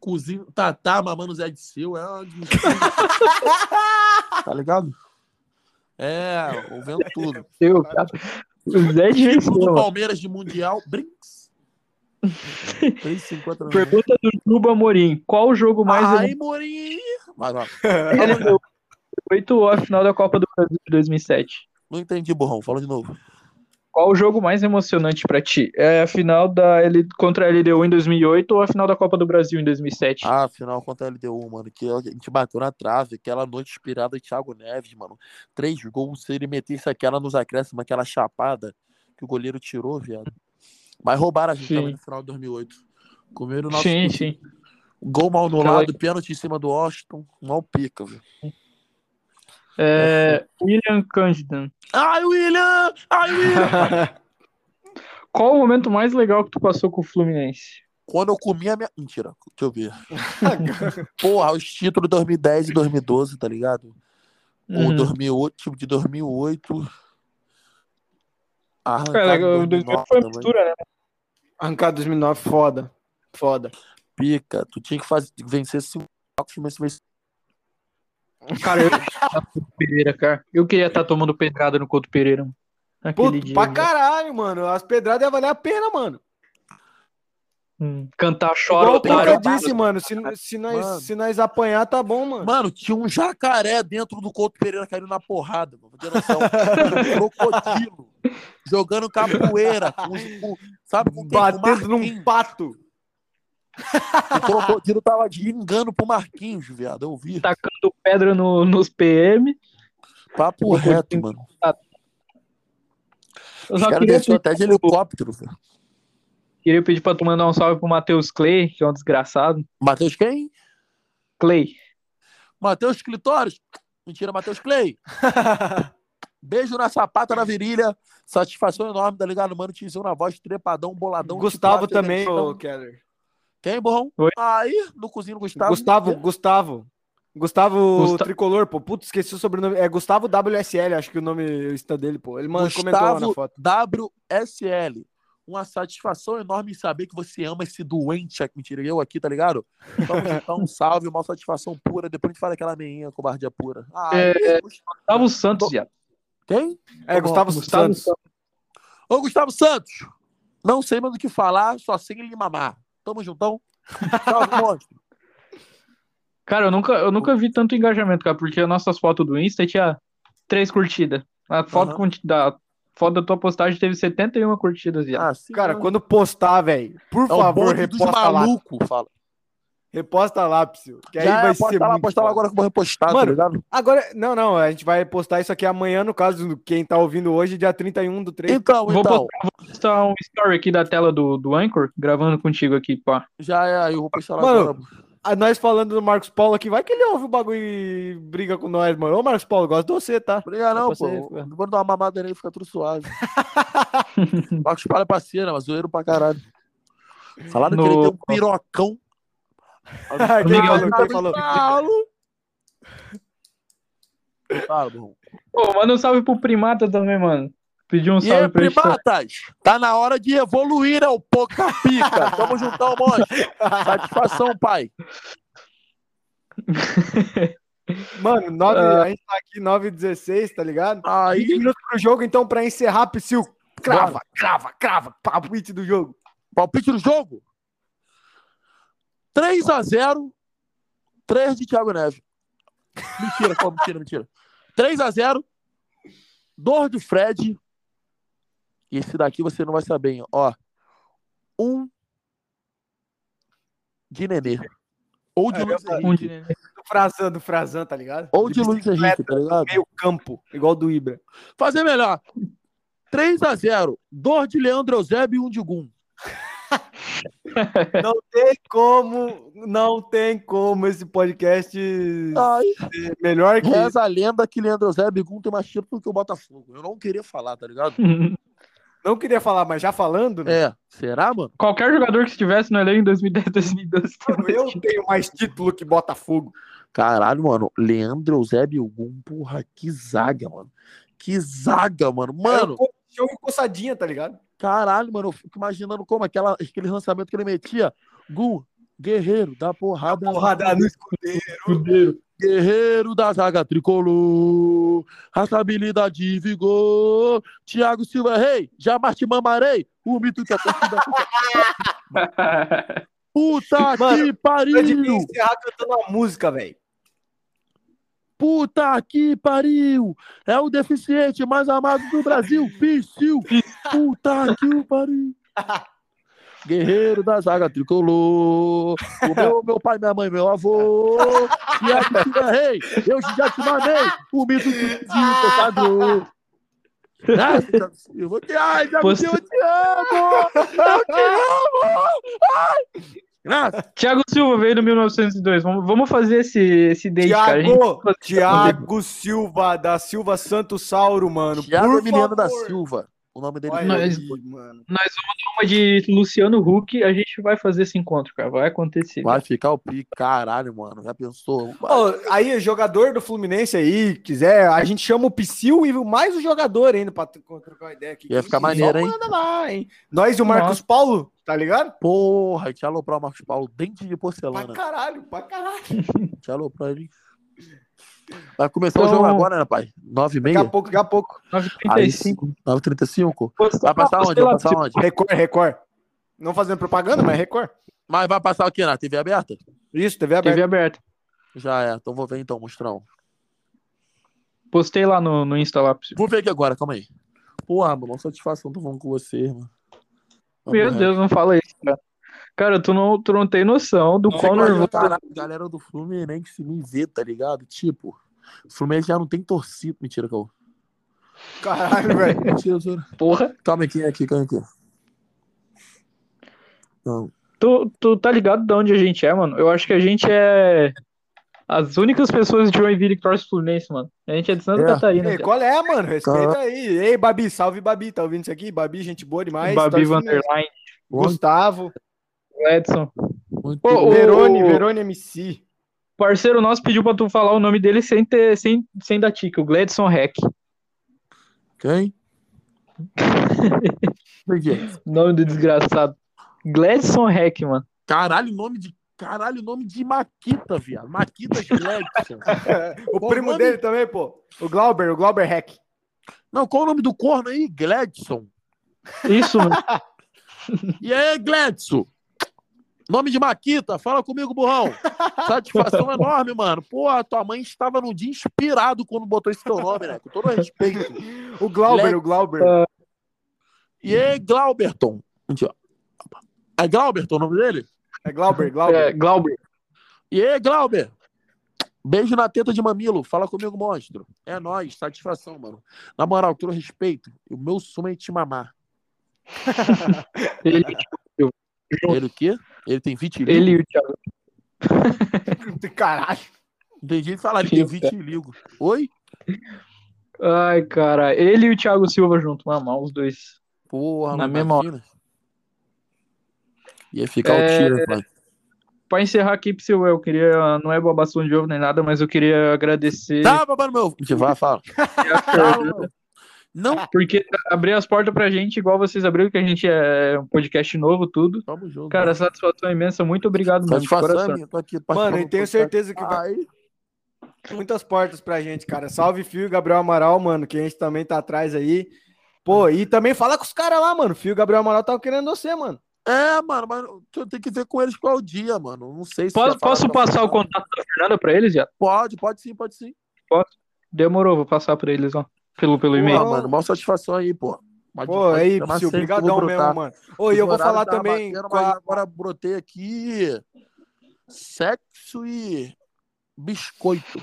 S4: Cuzinho, Tatá, mamando Zé de Seu, é uma... Tá ligado? É, ouvindo tudo.
S2: Seu, cara. O Zé de
S4: Título Tipo do
S2: Gestão.
S4: Palmeiras de Mundial, Brinks. 3,50 no
S2: Pergunta do Juba Morim. Qual o jogo mais um.
S4: Ai, Morim! Vai lá.
S2: emocionante? 8 a final da Copa do Brasil de 2007.
S4: Não entendi, burrão. Fala de novo.
S2: Qual o jogo mais emocionante pra ti? É a final da L... contra a LDU em 2008 ou a final da Copa do Brasil em 2007?
S4: Ah, afinal, contra a LDU, mano, que a gente bateu na trave, aquela noite inspirada em Thiago Neves, mano. Três gols, se ele metesse aquela nos acréscimos, aquela chapada que o goleiro tirou, viado. Mas roubaram a gente
S2: Sim.
S4: também no final de 2008. Comeram o nosso
S2: sim, sim.
S4: gol mal no
S2: Aquela-
S4: lado, pênalti em cima do Washington, mal pica, viu?
S2: É, William Cândidan.
S4: Ai, William! Ai, William!
S2: Qual o momento mais legal que tu passou com o Fluminense?
S4: Quando eu comi a minha. Mentira, deixa eu ver. Porra, os títulos 2010 e 2012, tá ligado? O
S2: Uhum.
S4: 2008, tipo de 2008. Ah,
S2: Cara, o 2008 foi uma mistura, né?
S3: Arrancado 2009, foda. Foda.
S4: pica. Tu tinha que fazer, vencer cinco jogos, mas vencer.
S2: Cara, eu Tá Pereira, cara. Eu queria estar tomando pedrada no Couto Pereira. mano. Naquele
S3: Puto,
S2: dia, né?
S3: pra
S2: velho.
S3: caralho, mano. As pedradas iam valer a pena, mano.
S2: Hum, Cantar chora,
S3: Igual o
S2: otário.
S3: Tuca disse, mano. Se, se, nós,
S4: Mano.
S3: se nós apanhar, tá bom, mano.
S4: Mano, tinha um jacaré dentro do Couto Pereira caindo na porrada, mano. Tem noção? Um crocodilo. Jogando capoeira. Com, com, sabe com quem? Com
S3: Batendo num
S4: Marquinhos.
S3: pato.
S4: O crocodilo tava gingando pro Marquinhos, viado. Eu vi.
S2: Tacando pedra no- nos PM.
S4: Papo reto, mano.
S2: Eu
S4: Os
S2: só
S4: caras
S2: queria,
S4: desceram até de helicóptero, velho.
S2: queria pedir pra tu mandar um salve pro Matheus Clay, que é um desgraçado.
S4: Matheus quem?
S2: Clay.
S4: Matheus Clitóris. Mentira, Matheus Clay. Beijo na sapata, na virilha. Satisfação enorme, tá ligado? Mano, tizão na voz, trepadão, boladão.
S3: Gustavo
S4: titular,
S3: também,
S4: televisão.
S3: ô Keller.
S4: Quem, borrão?
S2: Oi?
S4: Aí, no cozinho do Gustavo.
S3: Gustavo, Gustavo. Gustavo
S2: Gusta-
S3: Tricolor, pô. Putz, esqueci o sobrenome. É Gustavo WSL, acho que o nome o Insta dele, pô. Ele mano, comentou lá na
S4: Gustavo
S3: foto.
S4: WSL. Uma satisfação enorme em saber que você ama esse doente aqui. Mentira, eu aqui, tá ligado? Vamos juntar um salve, uma satisfação pura. Depois a gente fala aquela meinha, cobardia pura. Ah,
S2: É.
S4: Gustavo-
S2: Gustavo Santos, viado.
S4: quem?
S3: É, Gustavo,
S2: Gustavo
S3: Santos.
S4: Ô, Gustavo Santos, não sei mais o que falar, só sei ele mamar. Tamo juntão. Salve, monstro.
S2: Cara, eu nunca, eu nunca vi tanto engajamento, cara, porque as nossas fotos do Insta tinha três curtidas. A foto,
S4: Aham.
S2: conti- da, foto da tua postagem teve 71 curtidas, viado.
S4: Ah, sim,
S3: Cara,
S4: mano.
S3: quando postar, velho, por
S4: é o
S3: favor,
S4: bonde dos
S3: reposta lá.
S4: malucos, fala.
S3: Reposta lá, Psyu. Que aí
S4: Já
S3: vai
S4: é, posta
S3: ser
S4: lá,
S3: muito
S4: posta lá
S3: foda.
S4: agora que eu vou repostar, tá
S3: Mano,
S4: ligado?
S3: Agora, não, não, a gente vai postar isso aqui amanhã, no caso, quem tá ouvindo hoje, dia 31 do 3.
S4: Então,
S2: Vou
S4: então,
S2: postar um story aqui da tela do, do Anchor, gravando contigo aqui, pá.
S4: já é, aí, eu vou postar lá
S3: Mano,
S4: agora.
S3: Ah, Nós falando do Marcos Paulo aqui, vai que ele ouve o bagulho e briga com nós, mano. Ô, Marcos Paulo, gosto de você, tá?
S4: Obrigado, não,
S3: pra
S4: pô.
S3: você,
S4: Eu Vou dar uma mamada nele, fica tudo suave. Marcos Paulo é parceiro, mas zoeiro pra caralho. Falaram que ele
S2: No-
S4: tem um pirocão.
S3: quem
S2: Miguel
S3: falou, quem
S2: Marcos
S3: falou?
S4: Paulo. Fala, bom.
S2: Pô, manda um salve pro Primata também, mano. Pediu um
S4: E é aí,
S2: salve pra ele.
S4: primatas, tá na hora de evoluir ao Poca Pica. Tamo juntão, monstro. Satisfação, pai.
S3: Mano, nove, a gente tá aqui 9 e 16, tá ligado?
S4: Ah. Aí,
S3: 20 minutos pro jogo, então, pra encerrar, Psyu, crava, crava, crava, palpite do jogo.
S4: palpite do jogo. 3x0, 3 de Thiago Neves. Mentira, pô, mentira, mentira. 3x0, 2 do Fred. E esse daqui você não vai saber, hein? Ó, 1 de Nenê. Ou de Luiz
S2: Um
S4: Henrique.
S2: dia.
S3: Do Frazan, do Frazan, tá ligado?
S4: Ou de Luiz Henrique, tá ligado?
S3: Meio campo, igual do Ibra.
S4: Fazer melhor. 3x0. 2 de Leandro Eusébio e 1 de Gum.
S3: Não tem como, não tem como esse podcast ser
S4: Ai,
S3: melhor que
S4: reza a lenda que Leandro Eusébio e Gum tem mais título que o Botafogo. Eu não queria falar, tá ligado?
S3: Não queria falar, mas já falando, né?
S4: É, será, mano?
S2: Qualquer jogador que estivesse no elenco em 2010, 2012.
S3: Mano, eu tenho mais título que Botafogo.
S4: Caralho, mano. Leandro Eusébio e Gum, porra, que zaga, mano. Que zaga, mano. Mano,
S3: Era um jogo coçadinha, tá ligado?
S4: caralho, mano. Eu fico imaginando como aquela, aquele lançamento que ele metia. Gum, Guerreiro da porrada.
S3: Porrada no escudeiro.
S2: Fudeiro.
S4: Guerreiro da zaga tricolor, raça, habilidade e vigor. Thiago Silva, rei, jamais te mamarei. O mito que a torcida. Puta
S3: Mano,
S4: que
S3: Eu devia
S4: pariu!
S3: É encerrar cantando uma música, velho.
S4: Puta que pariu! É o deficiente mais amado do Brasil, Piscil! Puta que o pariu! Guerreiro da zaga tricolor, o meu, meu pai, minha mãe, meu avô, e a Cristina Rei, eu já te mandei, o mito do pecador. Ai, Thiago Silva, ai, Thiago
S2: Você-
S4: Silva, eu te amo! Eu te amo! Ai! Graças!
S2: Thiago Silva veio do 1902. Vamos, vamos fazer esse, esse date, cara. A gente-
S3: Tiago, Tiago Silva, da Silva Santos Sauro, mano.
S4: Thiago
S3: por
S4: Emiliano da
S3: favor.
S4: Silva, o nome dele.
S3: Olha
S2: Não,
S3: aí,
S2: esse-
S3: mano.
S2: Nós vamos dar uma de Luciano Huck. A gente vai fazer esse encontro, cara. Vai acontecer.
S4: Vai ficar o pri, caralho, mano. Já pensou?
S3: Ô, aí, jogador do Fluminense aí, quiser, a gente chama o Psyu e mais o jogador ainda pra tro- trocar ideia aqui.
S4: Ia ficar
S3: Só
S4: maneiro, hein?
S3: manda lá, hein? Nós e o Marcos Paulo, tá ligado?
S4: Porra, te aloprar o Marcos Paulo, dente de
S3: Pra
S4: porcelana.
S3: caralho, pra caralho.
S4: Te aloprar ele. Vai começar o
S2: Então-
S4: jogo agora, né, pai? 9 e
S3: Daqui a
S4: meia?
S3: pouco, daqui a pouco.
S2: 9h35.
S4: 9h35?
S2: Você
S4: Vai passar onde? Vai passar onde?
S3: Record, Record. Não fazendo propaganda, mas Record.
S4: Mas vai passar aqui na TV aberta?
S3: Isso, TV aberta.
S2: TV aberta.
S4: Já é, então vou ver então, monstrão.
S2: Postei lá no, no Insta lá. pra você.
S4: Vou ver aqui agora, calma aí. Porra, mano, satisfação, tô falando com você, irmão. Tá
S2: Meu Deus, não fala isso, cara. Cara, tu não, tu não tem noção do
S3: Não,
S2: quão
S3: fica aí,
S2: nervoso.
S4: Caralho, galera do Fluminense se me vê, tá ligado? Tipo, o Fluminense já não tem torcida. Mentira, calma.
S3: Caralho, velho.
S4: Mentira, zoeira.
S2: Porra.
S4: Calma aqui, aqui, calma aqui. é? Não.
S2: Tu, tu tá ligado de onde a gente é, mano? Eu acho que a gente é as únicas pessoas de Joinville que torce pro Fluminense, mano. A gente é de Santa
S4: É.
S2: Catarina.
S3: Ei,
S2: cara.
S3: qual é, mano? Respeita
S4: Caralho.
S3: aí. Ei, Babi, salve Babi. Tá ouvindo isso aqui? Babi, gente boa demais.
S2: Babi
S3: Torce pro Fluminense.
S2: Vanderline,
S3: Gustavo.
S2: Edson.
S4: Muito
S2: Pô, Ô, ô,
S3: Verone,
S2: ô.
S3: Verone MC.
S2: Parceiro nosso pediu pra tu falar o nome dele sem ter, sem, sem dar tica, o Gladson Heck.
S4: Quem? é? Entendi.
S2: Nome do desgraçado. Gladson Heck, mano.
S4: Caralho, nome de. Caralho, nome de Maquita, viado. Maquita Gladson.
S3: O
S4: Qual
S3: primo
S4: nome?
S3: dele também, pô. O Glauber, o Glauber Hack.
S4: Não, qual o nome do corno aí? Gladson.
S2: Isso, mano.
S4: E aí, Gladson? Nome de Maquita, fala comigo, burrão. Satisfação enorme, mano. Porra, tua mãe estava num dia inspirado quando botou esse teu nome, né? Com todo respeito.
S3: O Glauber,
S4: Lex.
S3: o Glauber.
S4: E aí, Glauberton? Mentira. É Glauberton o nome dele?
S3: É Glauber, Glauber.
S2: É, Glauber.
S4: E aí, Glauber? Beijo na teta de mamilo. Fala comigo, monstro. É nóis, satisfação, mano. Na moral, todo respeito. O meu sonho é te mamar.
S2: Ele,
S4: Ele o quê? Ele tem vitiligo?
S2: ele e o Thiago.
S3: É. Caralho.
S4: Entendi ele falar, ele tem
S2: é.
S4: vitiligo. Oi?
S2: Ai, cara. Ele e o Thiago Silva junto, mano. mal Os dois.
S4: Porra,
S2: Na
S4: não
S2: mesma
S4: imagina. Ia ficar
S2: É.
S4: o tiro, pai.
S2: Pra encerrar aqui, Psyu, eu queria. Não é babação de ovo nem nada, mas eu queria agradecer.
S4: Tá, babando meu. Gente, Vai, fala. Tá, meu. Não,
S2: Porque abrir as portas pra gente, igual vocês abriram, que a gente é um podcast novo, tudo.
S4: tamo junto.
S2: Cara, satisfação imensa. Muito obrigado, mano. De
S4: satisfação,
S2: coração.
S4: minha, tô aqui
S3: Mano, eu
S4: participando
S3: tenho
S4: do
S3: certeza que tá- vai
S4: podcast. Ai,
S3: abrir muitas portas pra gente, cara. Salve, Fio e Gabriel Amaral, mano, que a gente também tá atrás aí. Pô, e também fala com os caras lá, mano. Fio e Gabriel Amaral tava querendo você, mano.
S4: É, mano, mas eu tenho que ver com eles qual dia, mano. Não sei se.
S2: Posso,
S4: já falaram
S2: posso
S4: pra-
S2: passar o contato da Fernanda pra eles já?
S4: Pode, pode sim, pode sim.
S2: Demorou, vou passar pra eles, ó. Pelo, pelo e-mail.
S4: Pô, mano, maior satisfação aí, pô. Mas
S3: Pô,
S4: mas
S3: aí,
S4: eu
S3: Psyu,
S4: aceito,
S3: brigadão
S4: vou
S3: mesmo,
S4: brotar.
S3: mano. Ô, e eu
S4: Os
S3: vou
S4: horários
S3: falar
S4: tava
S3: também
S4: tá batendo,
S3: com
S4: mas
S3: a...
S4: agora brotei aqui sexo e biscoito.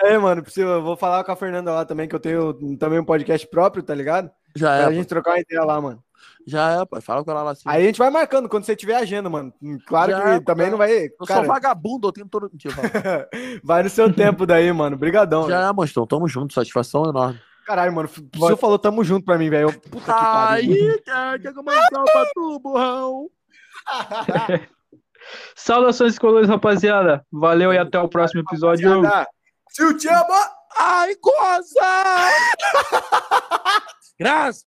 S3: É, mano, Psyu, eu vou falar com a Fernanda lá também, que eu tenho também um podcast próprio, tá ligado?
S4: Já
S3: Pra
S4: é,
S3: gente trocar uma ideia lá, mano.
S4: pô. já é, pai. Fala com ela lá assim.
S3: Aí a gente vai marcando quando você tiver agenda, mano. Claro
S4: Já,
S3: que também
S4: já.
S3: não vai.
S4: eu
S3: Cara,
S4: sou vagabundo, eu tenho todo. Mentira, fala.
S3: vai no seu tempo daí, mano. Brigadão.
S4: já é, monstrão. Tamo junto, satisfação enorme.
S3: Caralho, mano. O senhor falou tamo junto pra mim, velho. Eu- Puta que pariu.
S4: Aí, cara, quer que eu mandar pra tu, burrão?
S2: Saudações, colores, rapaziada. Valeu e até o próximo episódio.
S3: Se o te ama!
S4: Ai, goza! Graças!